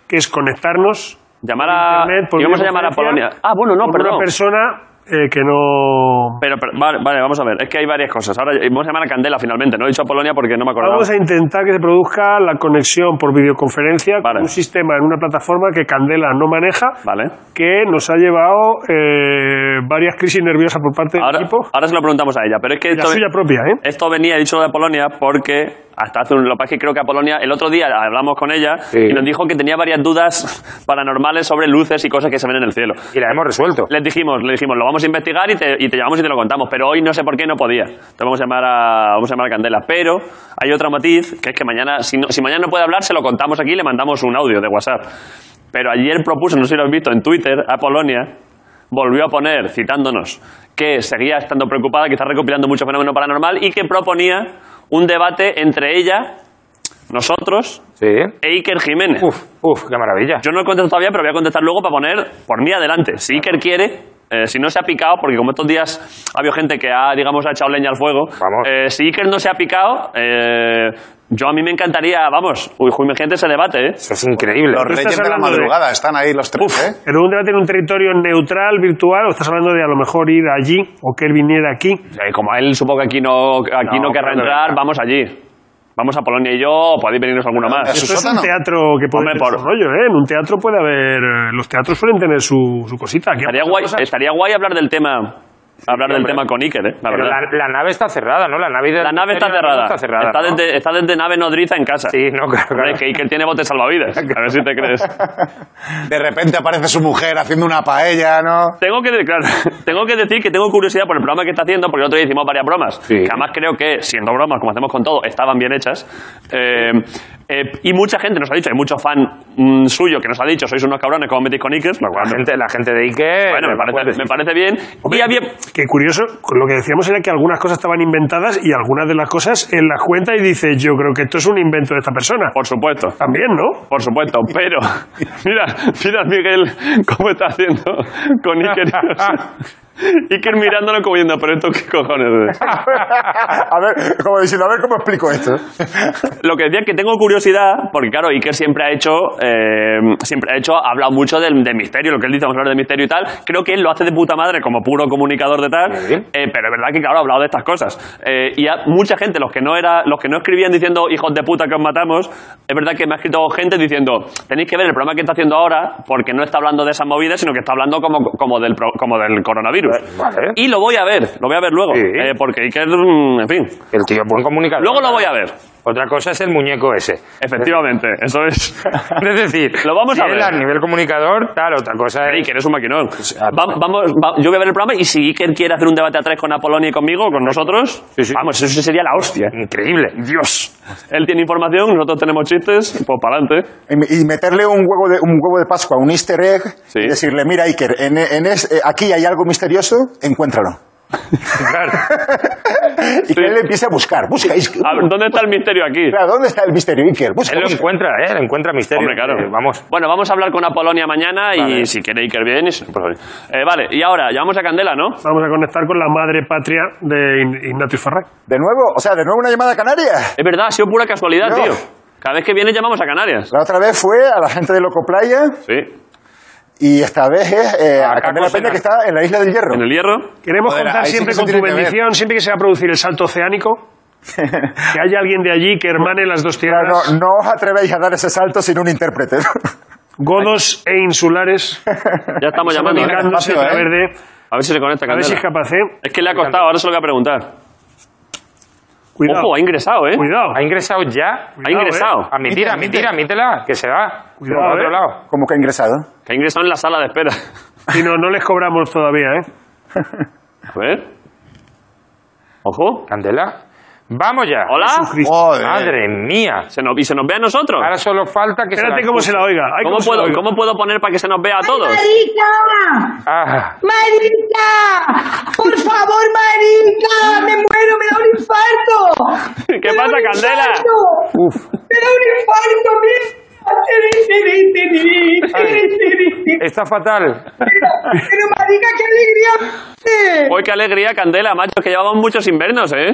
Speaker 8: que es conectarnos.
Speaker 2: Llamar a...
Speaker 8: Internet, por
Speaker 2: Ah, Íbamos a llamar a
Speaker 8: videoconferencia,
Speaker 2: Polonia. Ah, bueno, no,
Speaker 8: con
Speaker 2: perdón.
Speaker 8: Una persona eh, que no.
Speaker 2: Pero, pero- vale, vale, vamos a ver. Es que hay varias cosas. Ahora vamos a llamar a Candela finalmente. No he dicho a Polonia porque no me acordaba.
Speaker 8: Vamos a intentar que se produzca la conexión por videoconferencia
Speaker 2: Vale.
Speaker 8: con un sistema en una plataforma que Candela no maneja,
Speaker 2: Vale.
Speaker 8: que nos ha llevado eh, varias crisis nerviosas por parte
Speaker 2: Ahora,
Speaker 8: del equipo.
Speaker 2: ahora se lo preguntamos a ella. Pero es que...
Speaker 8: Y La
Speaker 2: esto-
Speaker 8: suya propia, ¿eh?
Speaker 2: Esto venía, he dicho lo de Polonia, porque hasta hace un. Lo que pasa es que creo que a Polonia. El otro día hablamos con ella y nos dijo que tenía varias dudas [LAUGHS] paranormales sobre luces y cosas que se ven en el cielo.
Speaker 9: Y la hemos resuelto.
Speaker 2: Les dijimos, le dijimos, lo vamos a investigar y te, y te llamamos y te lo contamos, pero hoy no sé por qué no podía. Te vamos a llamar a, vamos a, llamar a Candela. Pero hay otro matiz, que es que mañana, si, no- si mañana no puede hablar, se lo contamos aquí y le mandamos un audio de WhatsApp. Pero ayer propuso, no sé si lo has visto, en Twitter, a Polonia, volvió a poner, citándonos, que seguía estando preocupada, que está recopilando mucho fenómeno paranormal y que proponía un debate entre ella, nosotros
Speaker 9: Sí.
Speaker 2: e Iker Jiménez.
Speaker 9: Uf, uf, qué maravilla.
Speaker 2: Yo no he contestado todavía, pero voy a contestar luego para poner por mí adelante. Si Iker quiere, eh, si no se ha picado, porque como estos días ha habido gente que ha, digamos, ha echado leña al fuego,
Speaker 9: Vamos.
Speaker 2: eh, si Iker no se ha picado, eh, yo a mí me encantaría, vamos, uy, uy, imagínate ese debate, ¿eh?
Speaker 9: Eso es increíble.
Speaker 4: Los
Speaker 8: Tú estás
Speaker 4: reyes de la
Speaker 8: hablando de-
Speaker 4: madrugada. Están ahí los tres, ¿eh?
Speaker 8: En un debate en un territorio neutral, virtual, o estás hablando de a lo mejor ir allí o que él viniera aquí.
Speaker 2: Eh, como a él supongo que aquí no, aquí no,
Speaker 9: No,
Speaker 2: querrá
Speaker 9: claro,
Speaker 2: entrar,
Speaker 9: no.
Speaker 2: vamos allí. Vamos a Polonia y yo, o podéis venirnos alguna más.
Speaker 8: Esto es un teatro que puede
Speaker 2: Hombre,
Speaker 8: tener
Speaker 2: por-
Speaker 8: su rollo, ¿eh? En un teatro puede haber... eh, Los teatros suelen tener su, su cosita. Aquí
Speaker 2: Estaría guay, estaría guay hablar del tema. Hablar del tema con Iker, ¿eh? La
Speaker 9: Pero
Speaker 2: verdad.
Speaker 9: la, la nave está cerrada, ¿no? La nave, de-
Speaker 2: La nave está cerrada.
Speaker 9: Está
Speaker 2: Está,
Speaker 9: cerrada. ¿no?
Speaker 2: desde, está desde nave nodriza en casa.
Speaker 9: Sí, no, claro,
Speaker 2: Hombre,
Speaker 9: claro.
Speaker 2: que Iker tiene botes salvavidas. A ver si te
Speaker 9: [LAUGHS]
Speaker 2: crees.
Speaker 4: De repente aparece su mujer haciendo una paella, ¿no?
Speaker 2: Tengo que, claro, [LAUGHS] tengo que decir que tengo curiosidad por el programa que está haciendo, porque el otro día hicimos varias bromas, que además creo que, siendo bromas, como hacemos con todo, estaban bien hechas. Eh, eh, y mucha gente nos ha dicho, hay mucho fan mm, suyo que nos ha dicho, sois unos cabrones, como metís con Iker? Lo cual,
Speaker 9: La gente, la gente de Ike.
Speaker 2: bueno, me parece, me parece bien. Y había,
Speaker 8: Que curioso, lo que decíamos era que algunas cosas estaban inventadas y algunas de las cosas en las cuenta y dice, yo creo que esto es un invento de esta persona.
Speaker 2: por supuesto,
Speaker 8: También, ¿no?
Speaker 2: Por supuesto,
Speaker 9: [LAUGHS]
Speaker 2: pero mira, mira Miguel cómo está haciendo con Iker.
Speaker 9: [LAUGHS]
Speaker 2: Iker mirándolo como yendo, pero esto qué cojones es?".
Speaker 3: A ver, como diciendo, a ver cómo explico esto.
Speaker 2: Lo que decía que tengo curiosidad, porque claro, Iker siempre ha hecho, eh, siempre ha hecho, ha hablado mucho del, del misterio, lo que él dice, vamos a hablar del misterio y tal. Creo que él lo hace de puta madre como puro comunicador de tal,
Speaker 9: bien.
Speaker 2: eh, pero es verdad que claro, ha hablado de estas cosas. Eh, y a mucha gente, los que no era, los que no escribían diciendo hijos de puta que os matamos, es verdad que me ha escrito gente diciendo tenéis que ver el programa que está haciendo ahora, porque no está hablando de esas movidas, sino que está hablando como, como, del, pro- como del coronavirus.
Speaker 9: Eh, Vale.
Speaker 2: Y lo voy a ver, lo voy a ver luego,
Speaker 9: Sí.
Speaker 2: eh, porque Iker, mm, en fin,
Speaker 9: El tío es buen comunicador.
Speaker 2: luego lo voy a ver.
Speaker 9: Otra cosa es el muñeco ese.
Speaker 2: Efectivamente, eso es.
Speaker 9: Es decir,
Speaker 2: Lo vamos a
Speaker 9: él
Speaker 2: ver.
Speaker 9: a nivel comunicador, tal, otra cosa
Speaker 2: Pero
Speaker 9: es.
Speaker 2: Iker es un maquinón. Va- vamos, va- yo voy a ver el programa y si Iker quiere hacer un debate a tres con Apolonia y conmigo, con nosotros,
Speaker 9: Sí, sí.
Speaker 2: vamos, eso sería la hostia.
Speaker 9: Increíble.
Speaker 2: Dios. Él tiene información, nosotros tenemos chistes, pues para adelante.
Speaker 3: Y me- Y meterle un huevo de, un huevo de Pascua, un easter egg,
Speaker 2: Sí.
Speaker 3: y decirle, mira Iker, en, en es- eh, aquí hay algo misterioso, encuéntralo. [LAUGHS] y que él empiece a buscar. Busca, Iker.
Speaker 2: A ver, ¿dónde está el misterio aquí?
Speaker 3: Claro, ¿dónde está el misterio Iker? Busca,
Speaker 9: Él lo
Speaker 3: busca.
Speaker 9: encuentra, ¿eh? Lo encuentra misterio.
Speaker 2: Hombre, claro.
Speaker 9: Eh, vamos.
Speaker 2: Bueno, vamos a hablar con Apolonia mañana y si quiere Iker bien. y si no, pues, oye. Eh, vale, y ahora, llamamos a Candela, ¿no?
Speaker 8: Vamos a conectar con la madre patria de Ign- Ignatius Farray.
Speaker 3: De nuevo, o sea, de nuevo una llamada a Canarias.
Speaker 2: Es verdad, ha sido pura casualidad,
Speaker 3: No.
Speaker 2: tío. Cada vez que viene llamamos a Canarias.
Speaker 3: La otra vez fue a la gente de Loco Playa
Speaker 2: Sí.
Speaker 3: y esta vez es eh, a
Speaker 9: Acá
Speaker 3: Candela
Speaker 9: con
Speaker 3: Peña
Speaker 9: Sena.
Speaker 3: que está en la Isla del Hierro.
Speaker 2: En el hierro.
Speaker 8: Queremos
Speaker 4: Joder,
Speaker 8: contar
Speaker 4: ahí sí
Speaker 8: siempre
Speaker 4: que se
Speaker 8: con tu
Speaker 4: tiene que ver.
Speaker 8: bendición, siempre que se va a producir el salto oceánico, que haya alguien de allí que hermane las dos tierras,
Speaker 3: Claro, [LAUGHS] no, no os atrevéis a dar ese salto sin un intérprete. [LAUGHS] ¿no?
Speaker 8: godos e insulares,
Speaker 2: Ya estamos llamando. ¿eh?
Speaker 8: comunicándose a través de-
Speaker 2: A ver si se conecta
Speaker 8: A
Speaker 2: Candela.
Speaker 8: ver si es capaz, ¿eh?
Speaker 2: Es que le ha costado, ahora se lo voy a preguntar.
Speaker 8: Cuidado,
Speaker 2: Ojo, ha ingresado, ¿eh?
Speaker 8: cuidado,
Speaker 9: Ha ingresado ya. ah,
Speaker 2: Ha ingresado.
Speaker 8: eh.
Speaker 9: Admitira, admitira, admítela, que se va.
Speaker 8: Cuidado,
Speaker 9: Por
Speaker 8: eh.
Speaker 9: otro lado.
Speaker 3: Como que ha ingresado.
Speaker 2: Que ha ingresado en la sala de espera.
Speaker 8: Y no, no les cobramos todavía, ¿eh?
Speaker 2: A ver. Ojo.
Speaker 9: Candela. Vamos ya.
Speaker 2: Hola.
Speaker 4: Joder.
Speaker 9: Madre mía.
Speaker 2: Se nos- y se nos ve a nosotros.
Speaker 9: Ahora solo falta que
Speaker 8: Espérate
Speaker 9: se la
Speaker 8: cómo se
Speaker 9: escuche.
Speaker 8: la oiga. Ay,
Speaker 2: ¿Cómo
Speaker 8: se la
Speaker 2: puedo,
Speaker 8: oiga.
Speaker 2: ¿Cómo puedo poner para que se nos vea a todos?
Speaker 11: ¡Marica!
Speaker 9: Ah,
Speaker 11: ¡Marica! ¡Por favor, marica! ¡Me muero! ¡Me da un infarto!
Speaker 2: [LAUGHS] ¿Qué
Speaker 11: ¡Me da
Speaker 2: pasa,
Speaker 11: un
Speaker 2: Candela?
Speaker 11: infarto! ¡Me da un infarto! mira. Tiri, tiri, tiri, tiri, tiri, tiri.
Speaker 9: está fatal.
Speaker 11: Pero, pero, marica, qué alegría.
Speaker 2: Hoy qué alegría, Candela, macho, que llevamos muchos invernos, ¿eh?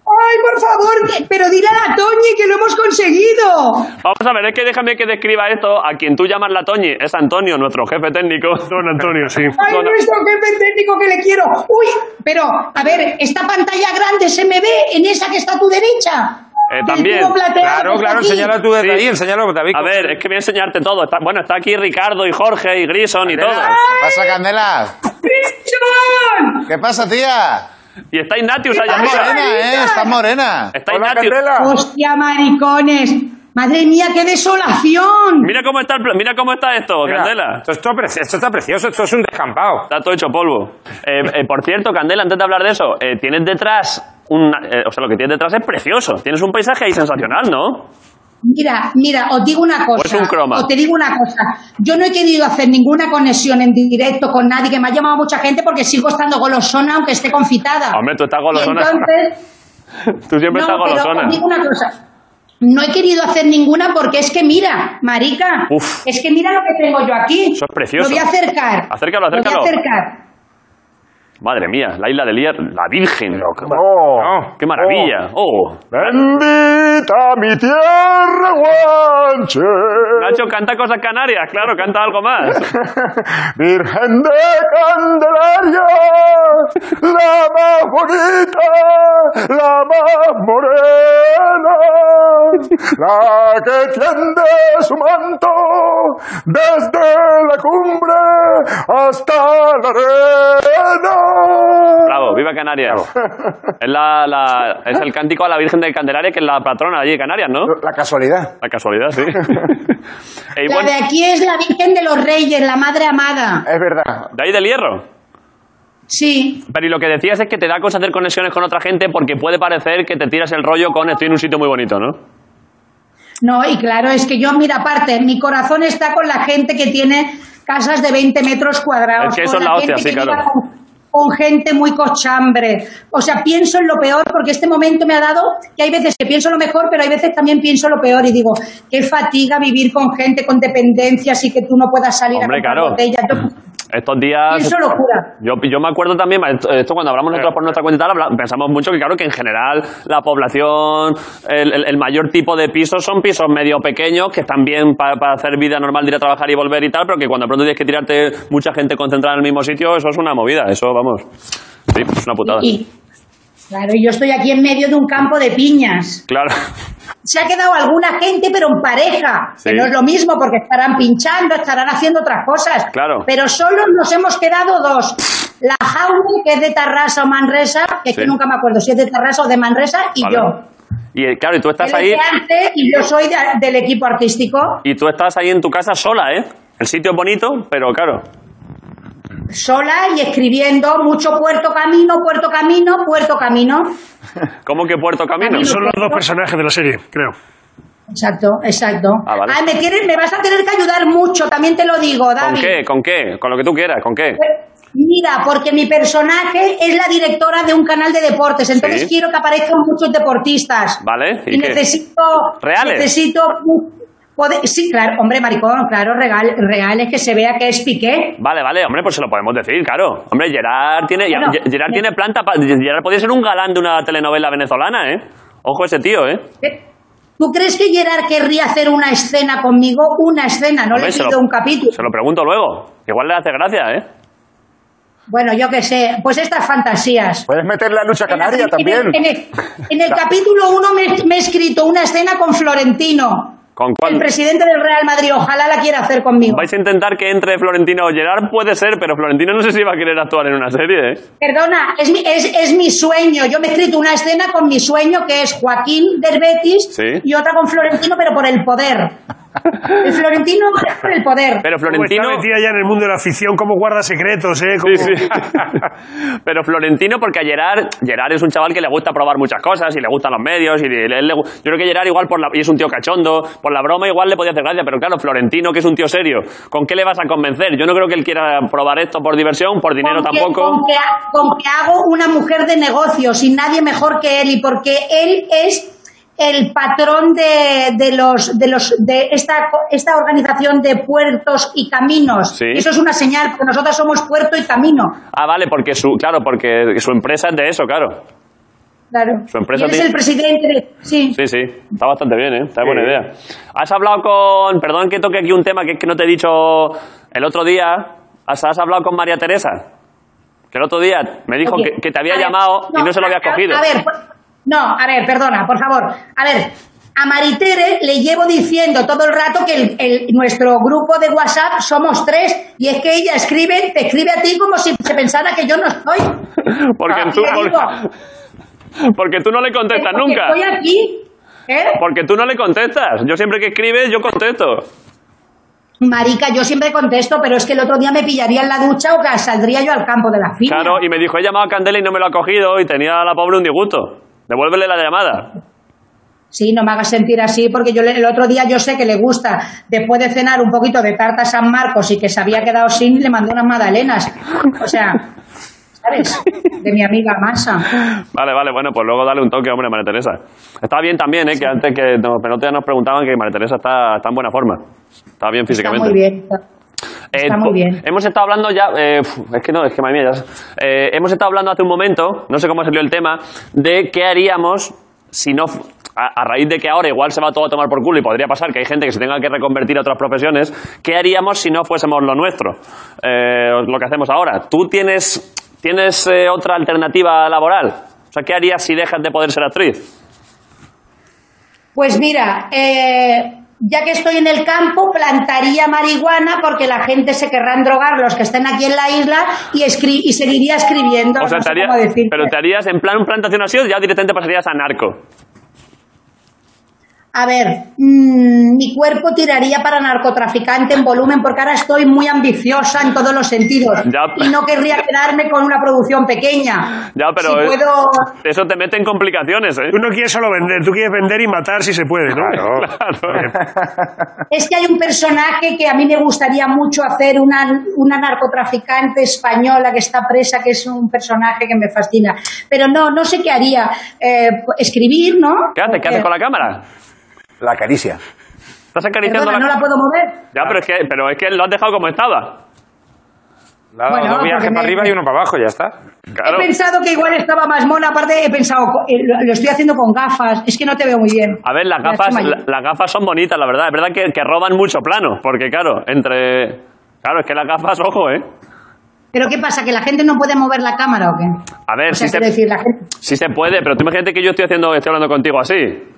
Speaker 11: Ay, por favor, que- pero dile a la Toñi que lo hemos conseguido.
Speaker 2: Vamos a ver, es que déjame que describa esto. A quien tú llamas la Toñi es Antonio, nuestro jefe técnico.
Speaker 8: Don Antonio, sí.
Speaker 11: Ay,
Speaker 2: No, no.
Speaker 11: nuestro jefe técnico que le quiero. Uy, pero, a ver, esta pantalla grande se me ve en esa que está a tu derecha.
Speaker 2: Eh,
Speaker 11: Del
Speaker 2: también.
Speaker 11: cubo plateado que
Speaker 9: Claro,
Speaker 11: está
Speaker 9: claro,
Speaker 11: aquí.
Speaker 9: señala tú desde
Speaker 2: Sí.
Speaker 9: ahí, enséñalo, David.
Speaker 2: A ver, es que voy a enseñarte todo. Está- bueno, está aquí Ricardo y Jorge y Grison y todo.
Speaker 4: ¿Qué pasa, Candela?
Speaker 11: ¡Pichón!
Speaker 4: ¿Qué pasa, tía?
Speaker 2: Y está Ignatius allá
Speaker 4: Estás
Speaker 2: arriba.
Speaker 4: morena, ¿eh? Estás morena.
Speaker 2: Está
Speaker 3: Hola,
Speaker 2: Ignatius.
Speaker 3: Candela.
Speaker 11: ¡Hostia, maricones! ¡Madre mía, qué desolación!
Speaker 2: Mira cómo está, el pla- mira cómo está esto, Candela.
Speaker 9: Esto, está preci- esto está precioso, esto es un descampado.
Speaker 2: Está todo hecho polvo. Eh, eh, por cierto, Candela, antes de hablar de eso, eh, tienes detrás. una- eh, o sea, lo que tienes detrás es precioso. Tienes un paisaje ahí sensacional, ¿no?
Speaker 11: Mira, mira, os digo una cosa.
Speaker 2: Pues un croma.
Speaker 11: Os te digo una cosa. Yo no he querido hacer ninguna conexión en directo con nadie, que me ha llamado mucha gente porque sigo estando golosona aunque esté confitada.
Speaker 2: Hombre, tú estás golosona.
Speaker 11: Y entonces,
Speaker 2: Tú siempre estás
Speaker 11: no, pero
Speaker 2: golosona.
Speaker 11: os digo una cosa. No he querido hacer ninguna porque es que mira, marica,
Speaker 2: Uf.
Speaker 11: es que mira lo que tengo yo aquí.
Speaker 2: Eso es precioso.
Speaker 11: Lo voy a acercar.
Speaker 2: Acércalo,
Speaker 11: Lo voy
Speaker 2: acércalo.
Speaker 11: a acercar.
Speaker 2: Madre mía, la isla de Lía, la Virgen. qué,
Speaker 1: Oh.
Speaker 2: qué maravilla. Oh.
Speaker 1: Bendita mi tierra, guanche.
Speaker 2: Nacho canta cosas canarias, claro, canta algo más.
Speaker 1: Virgen de Candelaria, la más bonita, la más morena, la que tiende su manto desde la cumbre hasta la arena.
Speaker 2: Bravo, viva Canarias. Es, la, la- es el cántico a la Virgen de Candelaria, que es la patrona allí de Canarias, ¿no?
Speaker 3: La casualidad.
Speaker 2: La casualidad, sí. [LAUGHS] Eh,
Speaker 11: La
Speaker 2: bueno,
Speaker 11: de aquí es la Virgen de los Reyes, la Madre Amada.
Speaker 3: Es verdad.
Speaker 2: de ahí del hierro.
Speaker 11: Sí,
Speaker 2: Pero y lo que decías es que te da cosa hacer conexiones con otra gente porque puede parecer que te tiras el rollo con estoy en un sitio muy bonito, ¿no?
Speaker 11: no, y claro, es que yo, mira, aparte, mi corazón está con la gente que tiene casas de 20 metros cuadrados.
Speaker 2: Es que
Speaker 11: con
Speaker 2: eso es la hostia,
Speaker 11: gente
Speaker 2: sí,
Speaker 11: que
Speaker 2: claro.
Speaker 11: viva Con, con gente muy cochambre. O sea, pienso en lo peor porque este momento me ha dado que hay veces que pienso lo mejor, pero hay veces también pienso lo peor y digo, qué fatiga vivir con gente con dependencias y que tú no puedas salir
Speaker 2: Hombre,
Speaker 11: a comprar
Speaker 2: claro.
Speaker 11: botellas.
Speaker 2: [CLEARS THROAT]
Speaker 11: Yo
Speaker 2: Estos días...
Speaker 11: pienso locura.
Speaker 2: Yo, yo me acuerdo también, esto, esto cuando hablamos nosotros por nuestra cuenta y tal, habla- pensamos mucho que claro que en general la población, el, el- el mayor tipo de pisos son pisos medio pequeños que están bien pa- para hacer vida normal de ir a trabajar y volver y tal, pero que cuando de pronto tienes que tirarte mucha gente concentrada en el mismo sitio, eso es una movida, eso vamos. Sí, es una putada.
Speaker 11: Y, claro, y yo estoy aquí en medio de un campo de piñas.
Speaker 2: Claro. [LAUGHS]
Speaker 11: se ha quedado alguna gente, pero en pareja.
Speaker 2: Sí.
Speaker 11: Que no es lo mismo porque estarán pinchando, estarán haciendo otras cosas.
Speaker 2: Claro.
Speaker 11: Pero solo nos hemos quedado dos. La Jaune, que es de Tarrasa o Manresa, que es
Speaker 2: Sí.
Speaker 11: que nunca me acuerdo si es de Tarrasa o de Manresa, y
Speaker 2: Vale.
Speaker 11: yo.
Speaker 2: Y eh, claro, y tú estás
Speaker 11: Él es
Speaker 2: ahí
Speaker 11: de arte y yo soy de- del equipo artístico,
Speaker 2: y tú estás ahí en tu casa sola, ¿eh? El sitio es bonito, pero claro,
Speaker 11: sola y escribiendo mucho Puerto Camino, Puerto Camino, Puerto Camino.
Speaker 2: ¿cómo que Puerto Camino?
Speaker 11: Camino.
Speaker 8: Son los dos personajes de la serie, creo.
Speaker 11: Exacto, exacto.
Speaker 2: Ah, vale.
Speaker 11: Ay, me, tienes- me vas a tener que ayudar mucho, también te lo digo,
Speaker 2: ¿Con
Speaker 11: David.
Speaker 2: qué? ¿Con qué? Con lo que tú quieras, ¿con qué?
Speaker 11: Mira, porque mi personaje es la directora de un canal de deportes, entonces
Speaker 2: Sí.
Speaker 11: quiero que aparezcan muchos deportistas.
Speaker 2: ¿Vale?
Speaker 11: Y,
Speaker 2: ¿Y qué?
Speaker 11: necesito.
Speaker 2: ¿Reales?
Speaker 11: Necesito. poder- sí, claro, hombre, maricón, claro, real, real es que se vea que es Piqué.
Speaker 2: Vale, vale, hombre, pues se lo podemos decir, claro. Hombre, Gerard tiene,
Speaker 11: Bueno,
Speaker 2: Ge- Gerard
Speaker 11: me-
Speaker 2: tiene planta. pa- Gerard podría ser un galán de una telenovela venezolana, ¿eh? Ojo ese tío, ¿eh?
Speaker 11: ¿Tú crees que Gerard querría hacer una escena conmigo? Una escena, no
Speaker 2: Hombre,
Speaker 11: le
Speaker 2: se
Speaker 11: pido
Speaker 2: lo-
Speaker 11: un capítulo.
Speaker 2: Se lo pregunto luego. Igual le hace gracia, ¿eh?
Speaker 11: Bueno, yo qué sé, pues estas fantasías.
Speaker 2: Pues
Speaker 3: Puedes meter la lucha canaria
Speaker 11: En el-
Speaker 3: también.
Speaker 11: En el, en el
Speaker 2: [LAUGHS]
Speaker 11: capítulo 1 me, me he escrito una escena con Florentino.
Speaker 2: ¿Con
Speaker 11: El
Speaker 2: cuál?
Speaker 11: presidente del Real Madrid, ojalá la quiera hacer conmigo.
Speaker 2: ¿Vais a intentar que entre Florentino o Gerard? Puede ser, pero Florentino no sé si va a querer actuar en una serie, ¿eh?
Speaker 11: Perdona, es mi, es, es mi sueño. Yo me he escrito una escena con mi sueño, que es Joaquín del Betis
Speaker 2: Sí.
Speaker 11: y otra con Florentino, pero por el
Speaker 2: [LAUGHS]
Speaker 11: poder. El Florentino es por el poder.
Speaker 2: Pero
Speaker 8: Como está
Speaker 2: Florentino.
Speaker 8: metida ya en el mundo de la ficción, cómo guarda secretos, ¿eh? Cómo-
Speaker 2: Sí, sí. [LAUGHS] Pero Florentino, porque a Gerard, Gerard es un chaval que le gusta probar muchas cosas y le gustan los medios. y le- le- le gu- Yo creo que Gerard, igual, por la, y es un tío cachondo, por la broma igual le podía hacer gracia, pero claro, Florentino, que es un tío serio, ¿con qué le vas a convencer? Yo no creo que él quiera probar esto por diversión, por dinero
Speaker 11: Con que-
Speaker 2: tampoco.
Speaker 11: con que ha- con que hago una mujer de negocios y nadie mejor que él, y porque él es el patrón de, de los de los de esta esta organización de puertos y caminos.
Speaker 2: Sí.
Speaker 11: Eso es una señal, porque nosotros somos puerto y camino.
Speaker 2: Ah, vale, porque su, claro, porque su empresa es de eso, claro.
Speaker 11: Claro.
Speaker 2: Su empresa
Speaker 11: Y él es
Speaker 2: tiene-
Speaker 11: el presidente. de- Sí.
Speaker 2: Sí, sí, está bastante bien, ¿eh? Está buena idea. Has hablado con. Perdón que toque aquí un tema que es que no te he dicho el otro día. Has, has hablado con María Teresa. Que el otro día me dijo
Speaker 11: Ok.
Speaker 2: que, que te había
Speaker 11: A ver,
Speaker 2: llamado y no se lo había
Speaker 11: a- a-
Speaker 2: cogido.
Speaker 11: A ver, por- no, a ver, perdona, por favor. A ver, a Maritere le llevo diciendo todo el rato que el- el- nuestro grupo de WhatsApp somos tres y es que ella escribe, te escribe a ti como si se pensara que yo no estoy.
Speaker 2: porque,
Speaker 11: Ah,
Speaker 2: tú,
Speaker 11: [LAUGHS] le digo, "Eh,
Speaker 2: porque, porque tú no le contestas
Speaker 11: porque
Speaker 2: nunca.
Speaker 11: Estoy aquí. ¿eh?
Speaker 2: Porque tú no le contestas. Yo siempre que escribes, yo contesto.
Speaker 11: Marica, yo siempre contesto, pero es que el otro día me pillaría en la ducha o que saldría yo al campo de la fila.
Speaker 2: Claro, y me dijo, he llamado a Candela y no me lo ha cogido y tenía a la pobre un disgusto. Devuélvele la llamada.
Speaker 11: Sí, no me hagas sentir así, porque yo le- el otro día yo sé que le gusta, después de cenar un poquito de tarta San Marcos y que se había quedado sin, le mandé unas magdalenas. O sea, ¿sabes? De mi amiga Masa.
Speaker 2: Vale, vale, bueno, pues luego dale un toque, hombre, a María Teresa. Está bien también, ¿eh? Que antes que nos, pero nos preguntaban que María Teresa está, está en buena forma. Está bien
Speaker 11: Está
Speaker 2: físicamente.
Speaker 11: muy bien. Está muy
Speaker 2: Eh, po-
Speaker 11: bien.
Speaker 2: Hemos estado hablando ya, eh, uf, es que no, es que madre mía, ya- eh, hemos estado hablando hace un momento, no sé cómo salió el tema, de qué haríamos si no, fu- a, a raíz de que ahora igual se va todo a tomar por culo y podría pasar que hay gente que se tenga que reconvertir a otras profesiones, qué haríamos si no fuésemos lo nuestro, Eh, lo que hacemos ahora. ¿Tú tienes, tienes eh, otra alternativa laboral? O sea, ¿qué harías si dejas de poder ser actriz?
Speaker 11: Pues mira, eh, ya que estoy en el campo, plantaría marihuana porque la gente se querrán drogar, los que estén aquí en la isla, y, escri- y seguiría escribiendo.
Speaker 2: o sea,
Speaker 11: Pues no sé
Speaker 2: te haría-
Speaker 11: cómo decirte.
Speaker 2: pero te harías en plan plantación así o ya directamente pasarías a narco.
Speaker 11: A ver, mm, mi cuerpo tiraría para narcotraficante en volumen porque ahora estoy muy ambiciosa en todos los sentidos
Speaker 2: Ya.
Speaker 11: y no querría quedarme con una producción pequeña.
Speaker 2: Ya, pero
Speaker 11: Si
Speaker 2: eh,
Speaker 11: puedo-
Speaker 2: eso te mete en complicaciones, ¿eh?
Speaker 8: Tú no quieres solo vender, tú quieres vender y matar si se puede, ¿no?
Speaker 2: [LAUGHS]
Speaker 11: Es que hay un personaje que a mí me gustaría mucho hacer, una, una narcotraficante española que está presa, que es un personaje que me fascina. Pero no, no sé qué haría. Eh, escribir, ¿no?
Speaker 2: ¿Qué haces? ¿Qué haces con la cámara?
Speaker 3: La acaricia.
Speaker 2: Estás acariciando
Speaker 11: Perdona,
Speaker 2: la
Speaker 11: no la puedo mover.
Speaker 2: Ya, pero es, que, pero es que lo has dejado como estaba.
Speaker 9: Le ha dado
Speaker 11: Bueno,
Speaker 9: dos viajes
Speaker 11: porque
Speaker 9: para
Speaker 11: me-
Speaker 9: arriba y uno para abajo, ya está.
Speaker 2: Claro.
Speaker 11: He pensado que igual estaba más mona, aparte he pensado, co- eh, lo lo estoy haciendo con gafas, es que no te veo muy bien.
Speaker 2: A ver, las
Speaker 11: Ya
Speaker 2: gafas,
Speaker 11: estoy mayor.
Speaker 2: la- las gafas son bonitas, la verdad. Es verdad que, que roban mucho plano, porque claro, entre... Claro, es que las gafas, ojo, ¿eh?
Speaker 11: Pero ¿qué pasa? ¿Que la gente no puede mover la cámara o qué?
Speaker 2: A ver,
Speaker 11: O sea,
Speaker 2: si, se,
Speaker 11: quiero decir, la gente...
Speaker 2: si se puede, pero tú imagínate que yo estoy haciendo, estoy hablando contigo así.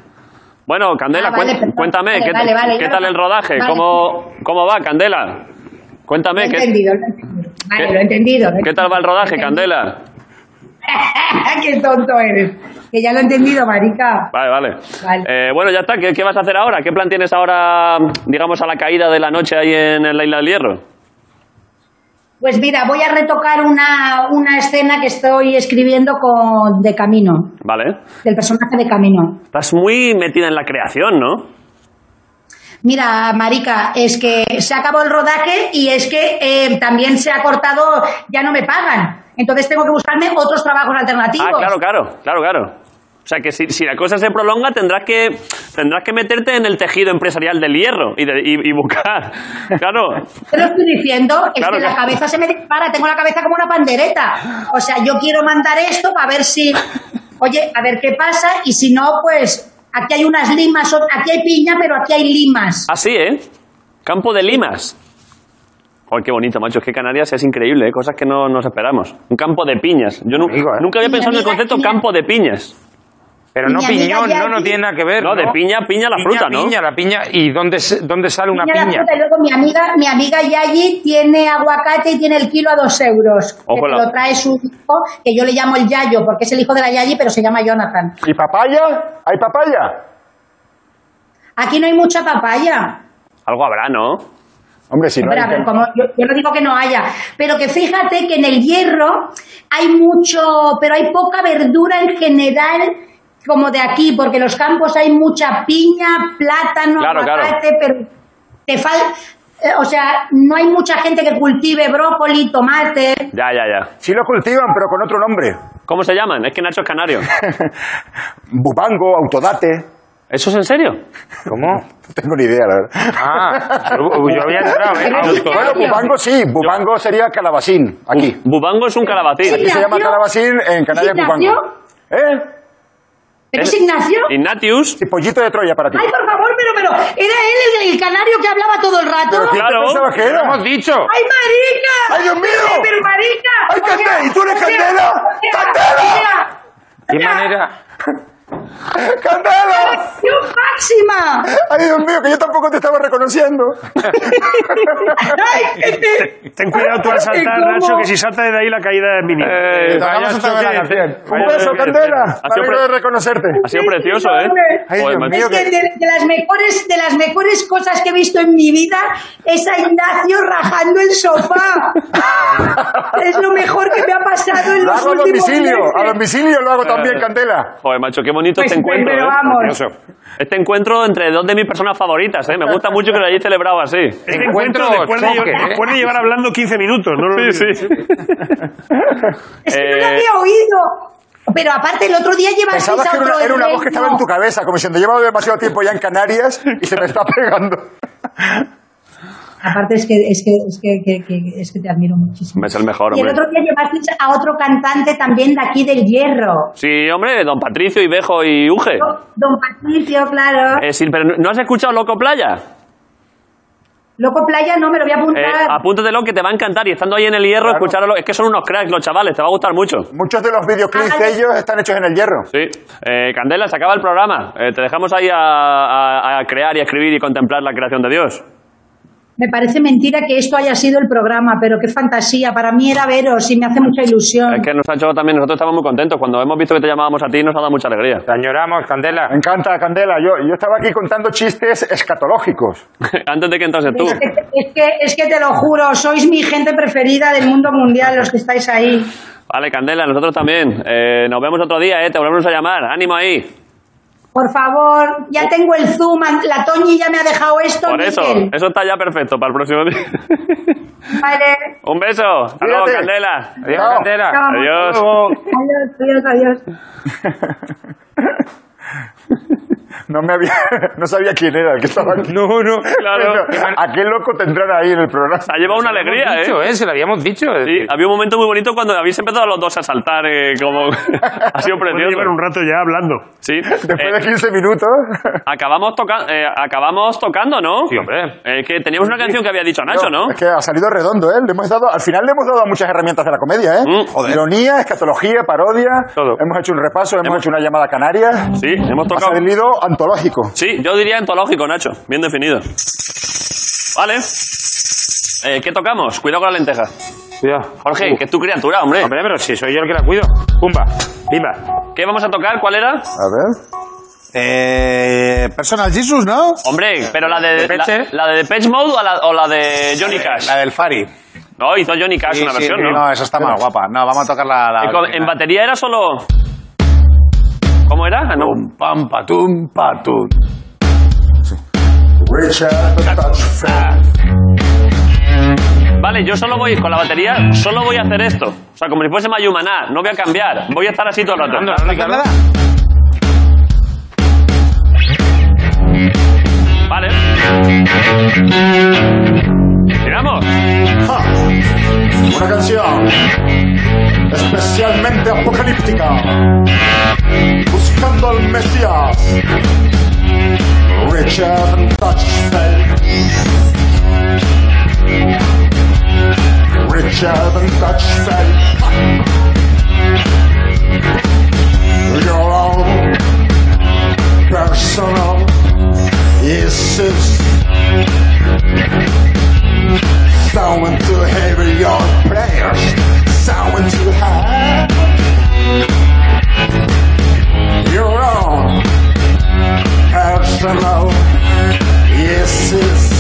Speaker 2: Bueno, Candela,
Speaker 11: Ah, vale,
Speaker 2: cuen-
Speaker 11: perdón.
Speaker 2: cuéntame,
Speaker 11: Vale,
Speaker 2: ¿qué,
Speaker 11: vale, vale,
Speaker 2: qué
Speaker 11: ya
Speaker 2: tal
Speaker 11: lo-
Speaker 2: el rodaje?
Speaker 11: vale.
Speaker 2: ¿Cómo, ¿Cómo va, Candela? Cuéntame,
Speaker 11: Lo he
Speaker 2: ¿qué,
Speaker 11: entendido, lo he entendido. Vale,
Speaker 2: ¿Qué-
Speaker 11: lo he entendido. ¿eh? lo he
Speaker 2: ¿qué tal va el rodaje, Candela?
Speaker 11: [LAUGHS] ¡Qué tonto eres! Que ya lo he entendido, marica.
Speaker 2: Vale, vale.
Speaker 11: Vale.
Speaker 2: Eh, bueno, ya está. ¿Qué, qué vas a hacer ahora? ¿Qué plan tienes ahora, digamos, a la caída de la noche ahí en, la Isla del Hierro?
Speaker 11: Pues mira, voy a retocar una, una escena que estoy escribiendo con de Camino,
Speaker 2: Vale.
Speaker 11: del personaje de Camino.
Speaker 2: Estás muy metida en la creación, ¿no?
Speaker 11: Mira, Marica, es que se acabó el rodaje y es que eh, también se ha cortado, ya no me pagan. Entonces tengo que buscarme otros trabajos alternativos.
Speaker 2: Ah, claro, claro, claro, claro. O sea, que si, si la cosa se prolonga tendrás que, tendrás que meterte en el tejido empresarial del hierro y, de- y- y buscar. [LAUGHS] Claro.
Speaker 11: Te lo estoy diciendo, es
Speaker 2: Claro,
Speaker 11: que la
Speaker 2: claro.
Speaker 11: cabeza se me dispara, tengo la cabeza como una pandereta. O sea, yo quiero mandar esto para ver si, oye, a ver qué pasa y si no, pues aquí hay unas limas, o- aquí hay piña, pero aquí hay limas.
Speaker 2: Así, ¿eh? Campo de limas. Ay, qué bonito, macho. Es que Canarias es increíble, ¿eh? Cosas que no nos esperamos. Un campo de piñas. Yo nu-
Speaker 9: Amigo, ¿eh?
Speaker 2: nunca había
Speaker 11: Mi
Speaker 2: pensado en el
Speaker 11: amiga
Speaker 2: concepto
Speaker 11: piña.
Speaker 2: campo de piñas.
Speaker 9: Pero
Speaker 11: Y
Speaker 9: no
Speaker 11: mi amiga
Speaker 9: piñón, no,
Speaker 11: Yari-
Speaker 9: no tiene nada que ver.
Speaker 2: No, de piña, piña la fruta, ¿no?
Speaker 9: Piña, la piña. ¿Y dónde, se- dónde sale una
Speaker 11: Piña, la
Speaker 9: piña?
Speaker 11: fruta, y luego mi amiga, mi amiga Yayi tiene aguacate y tiene el kilo a dos euros. Que
Speaker 2: Ojo,
Speaker 11: te
Speaker 2: la-
Speaker 11: lo trae su hijo, que yo le llamo el Yayo, porque es el hijo de la Yayi, pero se llama Jonathan.
Speaker 3: ¿Y papaya? ¿Hay papaya?
Speaker 11: Aquí no hay mucha papaya.
Speaker 2: Algo habrá, ¿no?
Speaker 3: Hombre, si no
Speaker 11: Hombre,
Speaker 3: hay
Speaker 11: a ver,
Speaker 3: que-
Speaker 11: como- yo, yo no digo que no haya, pero que fíjate que en el hierro hay mucho, pero hay poca verdura en general como de aquí, porque en los campos hay mucha piña, plátano,
Speaker 2: Claro,
Speaker 11: aguacate, pero te falta, o sea, no hay mucha gente que cultive brócoli, tomate.
Speaker 2: Ya, ya, ya.
Speaker 3: Sí lo cultivan, pero con otro nombre.
Speaker 2: ¿Cómo se llaman? Es que Nacho es canario.
Speaker 3: Bubango, autodate.
Speaker 2: ¿Eso es en serio?
Speaker 9: ¿Cómo?
Speaker 3: No tengo ni idea, la verdad.
Speaker 9: Ah, yo, yo había entrado,
Speaker 2: Ah,
Speaker 9: ¿eh?
Speaker 11: Pero-
Speaker 9: Auto-
Speaker 2: pues,
Speaker 3: Bueno, bubango sí. Bubango sería calabacín, aquí.
Speaker 2: Bubango es un calabacín.
Speaker 3: Aquí se llama
Speaker 11: ¿Ignacio?
Speaker 3: calabacín, en Canarias bubango.
Speaker 11: ¿Ignacio?
Speaker 3: ¿Eh?
Speaker 11: ¿Pero es
Speaker 2: ¿Eh?
Speaker 11: Ignacio?
Speaker 2: Ignatius. eh,
Speaker 3: Sí, pollito de Troya para ti.
Speaker 11: Ay, por favor, pero, pero, ¿era él el, el canario que hablaba todo el rato?
Speaker 3: ¿Pero quién
Speaker 2: claro.
Speaker 3: te pensabas que
Speaker 9: Lo
Speaker 3: era?
Speaker 9: hemos dicho.
Speaker 11: ¡Ay, marica!
Speaker 3: ¡Ay, Dios mío!
Speaker 11: ¡Pero, marica!
Speaker 3: ¡Ay,
Speaker 11: o sea,
Speaker 3: Candela! ¿Y tú eres
Speaker 11: o sea,
Speaker 3: Candela?
Speaker 11: o sea,
Speaker 3: ¡Candela!
Speaker 11: o sea,
Speaker 9: ¿Qué
Speaker 11: o sea,
Speaker 9: manera?
Speaker 3: ¡Candela!
Speaker 11: ¡Yo máxima!
Speaker 3: ¡Ay, Dios mío, que yo tampoco te estaba reconociendo!
Speaker 11: ¡Ay,
Speaker 3: [LAUGHS]
Speaker 11: que te-
Speaker 8: Ten cuidado tú al saltar,
Speaker 11: [LAUGHS] ¿Cómo?
Speaker 8: Nacho, que si salta de ahí la caída es mínima.
Speaker 9: Eh,
Speaker 3: Vamos
Speaker 9: vaya
Speaker 3: a otra vez la
Speaker 9: choque.
Speaker 3: canción. Un
Speaker 9: Vaya
Speaker 3: beso,
Speaker 9: choque.
Speaker 3: Candela.
Speaker 2: Ha sido
Speaker 3: Me alegro
Speaker 2: pre-
Speaker 3: de reconocerte.
Speaker 2: Ha sido precioso, ¿eh? Joder,
Speaker 3: Ay, Dios
Speaker 2: macho.
Speaker 3: mío.
Speaker 11: Es que de, de las mejores, de las mejores cosas que he visto en mi vida es a Ignacio rajando
Speaker 3: [LAUGHS]
Speaker 11: el sofá. es lo mejor que me ha pasado en
Speaker 3: Lo
Speaker 11: los
Speaker 3: hago a
Speaker 11: últimos
Speaker 3: domicilio.
Speaker 11: meses.
Speaker 3: A domicilio lo hago también, Candela.
Speaker 2: Joder, macho, qué bonito
Speaker 11: Pues,
Speaker 2: este encuentro.
Speaker 11: pero
Speaker 2: ¿eh?
Speaker 11: vamos.
Speaker 2: Precioso. Este encuentro entre dos de mis personas favoritas, ¿eh? Me gusta mucho que lo hayáis celebrado así.
Speaker 8: Este encuentro
Speaker 9: Encuentro
Speaker 8: después de,
Speaker 9: choque,
Speaker 8: lle-
Speaker 9: ¿eh?
Speaker 8: después de llevar hablando 15 minutos, ¿no?
Speaker 2: Sí,
Speaker 8: lo
Speaker 2: sí.
Speaker 11: Es que no
Speaker 2: Eh,
Speaker 11: lo había oído. Pero aparte, el otro día llevasteis a
Speaker 3: Pensabas que
Speaker 11: otro
Speaker 3: era una, era una voz que
Speaker 11: reino.
Speaker 3: estaba en tu cabeza, como diciendo, llevado demasiado tiempo ya en Canarias y se me está pegando.
Speaker 11: Aparte es que, es que, es que, que- que- es que te admiro muchísimo.
Speaker 2: Es el mejor,
Speaker 11: Y el
Speaker 2: hombre.
Speaker 11: otro día llevasteis a otro cantante también de aquí del Hierro.
Speaker 2: Sí, hombre, don Patricio, Ibejo y Uge.
Speaker 11: Don Patricio, claro.
Speaker 2: Eh, sí, pero ¿no has escuchado Loco Playa?
Speaker 11: Loco Playa, no, me lo voy a
Speaker 2: Eh,
Speaker 11: apuntar.
Speaker 2: apúntatelo que te va a encantar. Y estando ahí en el hierro, escucharlo. Es que son unos cracks los chavales, te va a gustar mucho.
Speaker 3: Muchos de los videoclips de ellos están hechos en el hierro.
Speaker 2: Sí. Eh, Candela, se acaba el programa. Eh, te dejamos ahí a, a- a crear y a escribir y contemplar la creación de Dios.
Speaker 11: Me parece mentira que esto haya sido el programa, pero qué fantasía. Para mí era veros y me hace mucha ilusión.
Speaker 2: Es que nos ha hecho también, nosotros estamos muy contentos. Cuando hemos visto que te llamábamos a ti, nos ha dado mucha alegría. [LAUGHS]
Speaker 9: Te añoramos, Candela.
Speaker 3: Me encanta, Candela. Yo, yo estaba aquí contando chistes escatológicos.
Speaker 2: Antes de que entrases tú.
Speaker 11: Es que, es que- es que te lo juro, sois mi gente preferida del mundo mundial, los que estáis ahí.
Speaker 2: Vale, Candela, nosotros también. Eh, nos vemos otro día, ¿eh? Te volvemos a llamar. Ánimo ahí.
Speaker 11: Por favor, ya tengo el Zoom, la Toñi ya me ha dejado esto.
Speaker 2: Oh. Por eso,
Speaker 11: Miquel.
Speaker 2: eso está ya perfecto para el próximo día. [LAUGHS]
Speaker 11: Vale.
Speaker 2: Un beso. Hasta luego,
Speaker 11: Cuídate.
Speaker 2: Candela.
Speaker 11: Adiós, Chao. Candela. Chao.
Speaker 2: Adiós.
Speaker 11: Adiós, adiós, adiós.
Speaker 3: No me había, [LAUGHS] no sabía quién era el que estaba aquí.
Speaker 9: No, no,
Speaker 2: claro.
Speaker 3: ¿A qué loco tendrán ahí en el programa?
Speaker 2: Ha llevado una alegría,
Speaker 9: habíamos dicho,
Speaker 2: ¿eh?
Speaker 9: ¿eh? Se lo habíamos dicho.
Speaker 2: Sí, había un momento muy bonito cuando habéis empezado los dos a saltar, eh, como... [LAUGHS] ha sido
Speaker 8: Puedo
Speaker 2: precioso.
Speaker 8: llevar un rato ya hablando.
Speaker 2: Sí.
Speaker 3: Después
Speaker 2: Eh,
Speaker 3: de 15 minutos.
Speaker 2: acabamos, toca- eh, acabamos tocando, ¿no? Sí, hombre. que teníamos una canción que había dicho Nacho, ¿no?
Speaker 3: Es que ha salido redondo, ¿eh? Le hemos dado, al final le hemos dado a muchas herramientas de la comedia, ¿eh? Ironía, escatología, parodia. Hemos hecho un repaso, hemos, hecho una llamada canaria.
Speaker 2: Sí, hemos tocado...
Speaker 3: Ha salido antológico.
Speaker 2: Sí, yo diría antológico, Nacho. Bien definido. Vale. Eh, ¿Qué tocamos? Cuidado con la lenteja. Jorge,
Speaker 9: Uh.
Speaker 2: que es tu criatura, hombre.
Speaker 9: Hombre, pero si soy yo el que la cuido. Pumba, pimba.
Speaker 2: ¿Qué vamos a tocar? ¿Cuál era?
Speaker 3: A ver.
Speaker 4: Eh, Personal Jesus, ¿no?
Speaker 2: Hombre, pero la de la,
Speaker 4: Depeche.
Speaker 2: la de Depeche Mode o la, o la de Johnny Cash.
Speaker 4: La del Fari.
Speaker 2: No, hizo Johnny Cash
Speaker 4: Sí,
Speaker 2: una
Speaker 4: sí,
Speaker 2: versión,
Speaker 4: sí,
Speaker 2: ¿no?
Speaker 4: No, esa está más guapa. No, vamos a tocar la. la
Speaker 2: Y con- en
Speaker 4: original.
Speaker 2: batería era solo. ¿Cómo era? Ah, No.
Speaker 4: Pum, pam, patum, patum.
Speaker 2: Vale, yo solo voy con la batería, solo voy a hacer esto. O sea, como si fuese Mayumaná, no voy a cambiar. Voy a estar así todo el rato. Vale. Sigamos.
Speaker 3: Una canción especialmente apocalíptica, buscando al Mesías, Richard Touchfeld. Richard Touchfeld. Your own personal Jesus. Someone to hear your prayers. Someone to have your own personal yeses.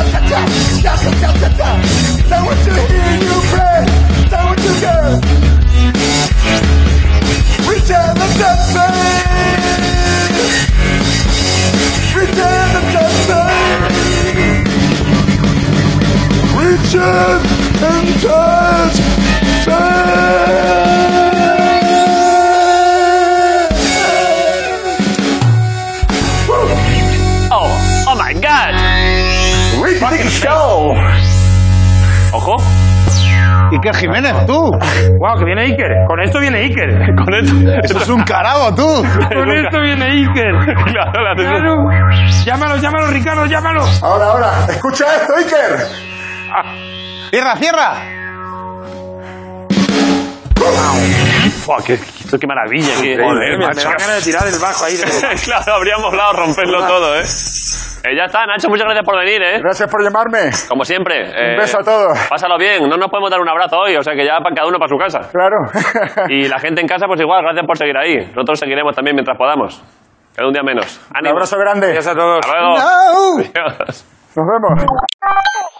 Speaker 3: da, da, da. I want to hear you play. I want to go. Return the justice. Return the justice. Return and
Speaker 2: Oh, oh my god.
Speaker 3: show.
Speaker 2: Ojo.
Speaker 12: Iker Jiménez, tú.
Speaker 8: Wow, que viene Iker. Con esto viene Iker.
Speaker 2: Con esto.
Speaker 12: Eso es un carajo, tú.
Speaker 8: Con esto viene Iker.
Speaker 2: [LAUGHS] Claro, la
Speaker 8: Claro. Llámalo, llámalo, Ricardo, llámalo.
Speaker 4: Ahora, ahora, escucha esto, Iker.
Speaker 12: Cierra, cierra.
Speaker 2: Fuck, qué, esto qué maravilla. Qué,
Speaker 8: Joder, me, me da ganas de tirar del bajo ahí. de-
Speaker 2: [LAUGHS] claro, habríamos hablado romperlo todo, ¿eh? Eh, Ya está, Nacho, muchas gracias por venir, ¿eh?
Speaker 4: Gracias por llamarme.
Speaker 2: Como siempre. eh,
Speaker 4: beso a todos.
Speaker 2: Pásalo bien, no nos podemos dar un abrazo hoy, o sea que ya pa- cada uno para su
Speaker 8: [LAUGHS]
Speaker 2: casa.
Speaker 4: Claro. [LAUGHS]
Speaker 2: Y la gente en casa, pues igual, gracias por seguir ahí. Nosotros seguiremos también mientras podamos. Cada un día menos. [LAUGHS]
Speaker 4: Un
Speaker 2: Ánimo.
Speaker 4: abrazo grande.
Speaker 8: Gracias a todos.
Speaker 2: Hasta luego.
Speaker 4: Au.
Speaker 2: Adiós.
Speaker 4: Nos vemos.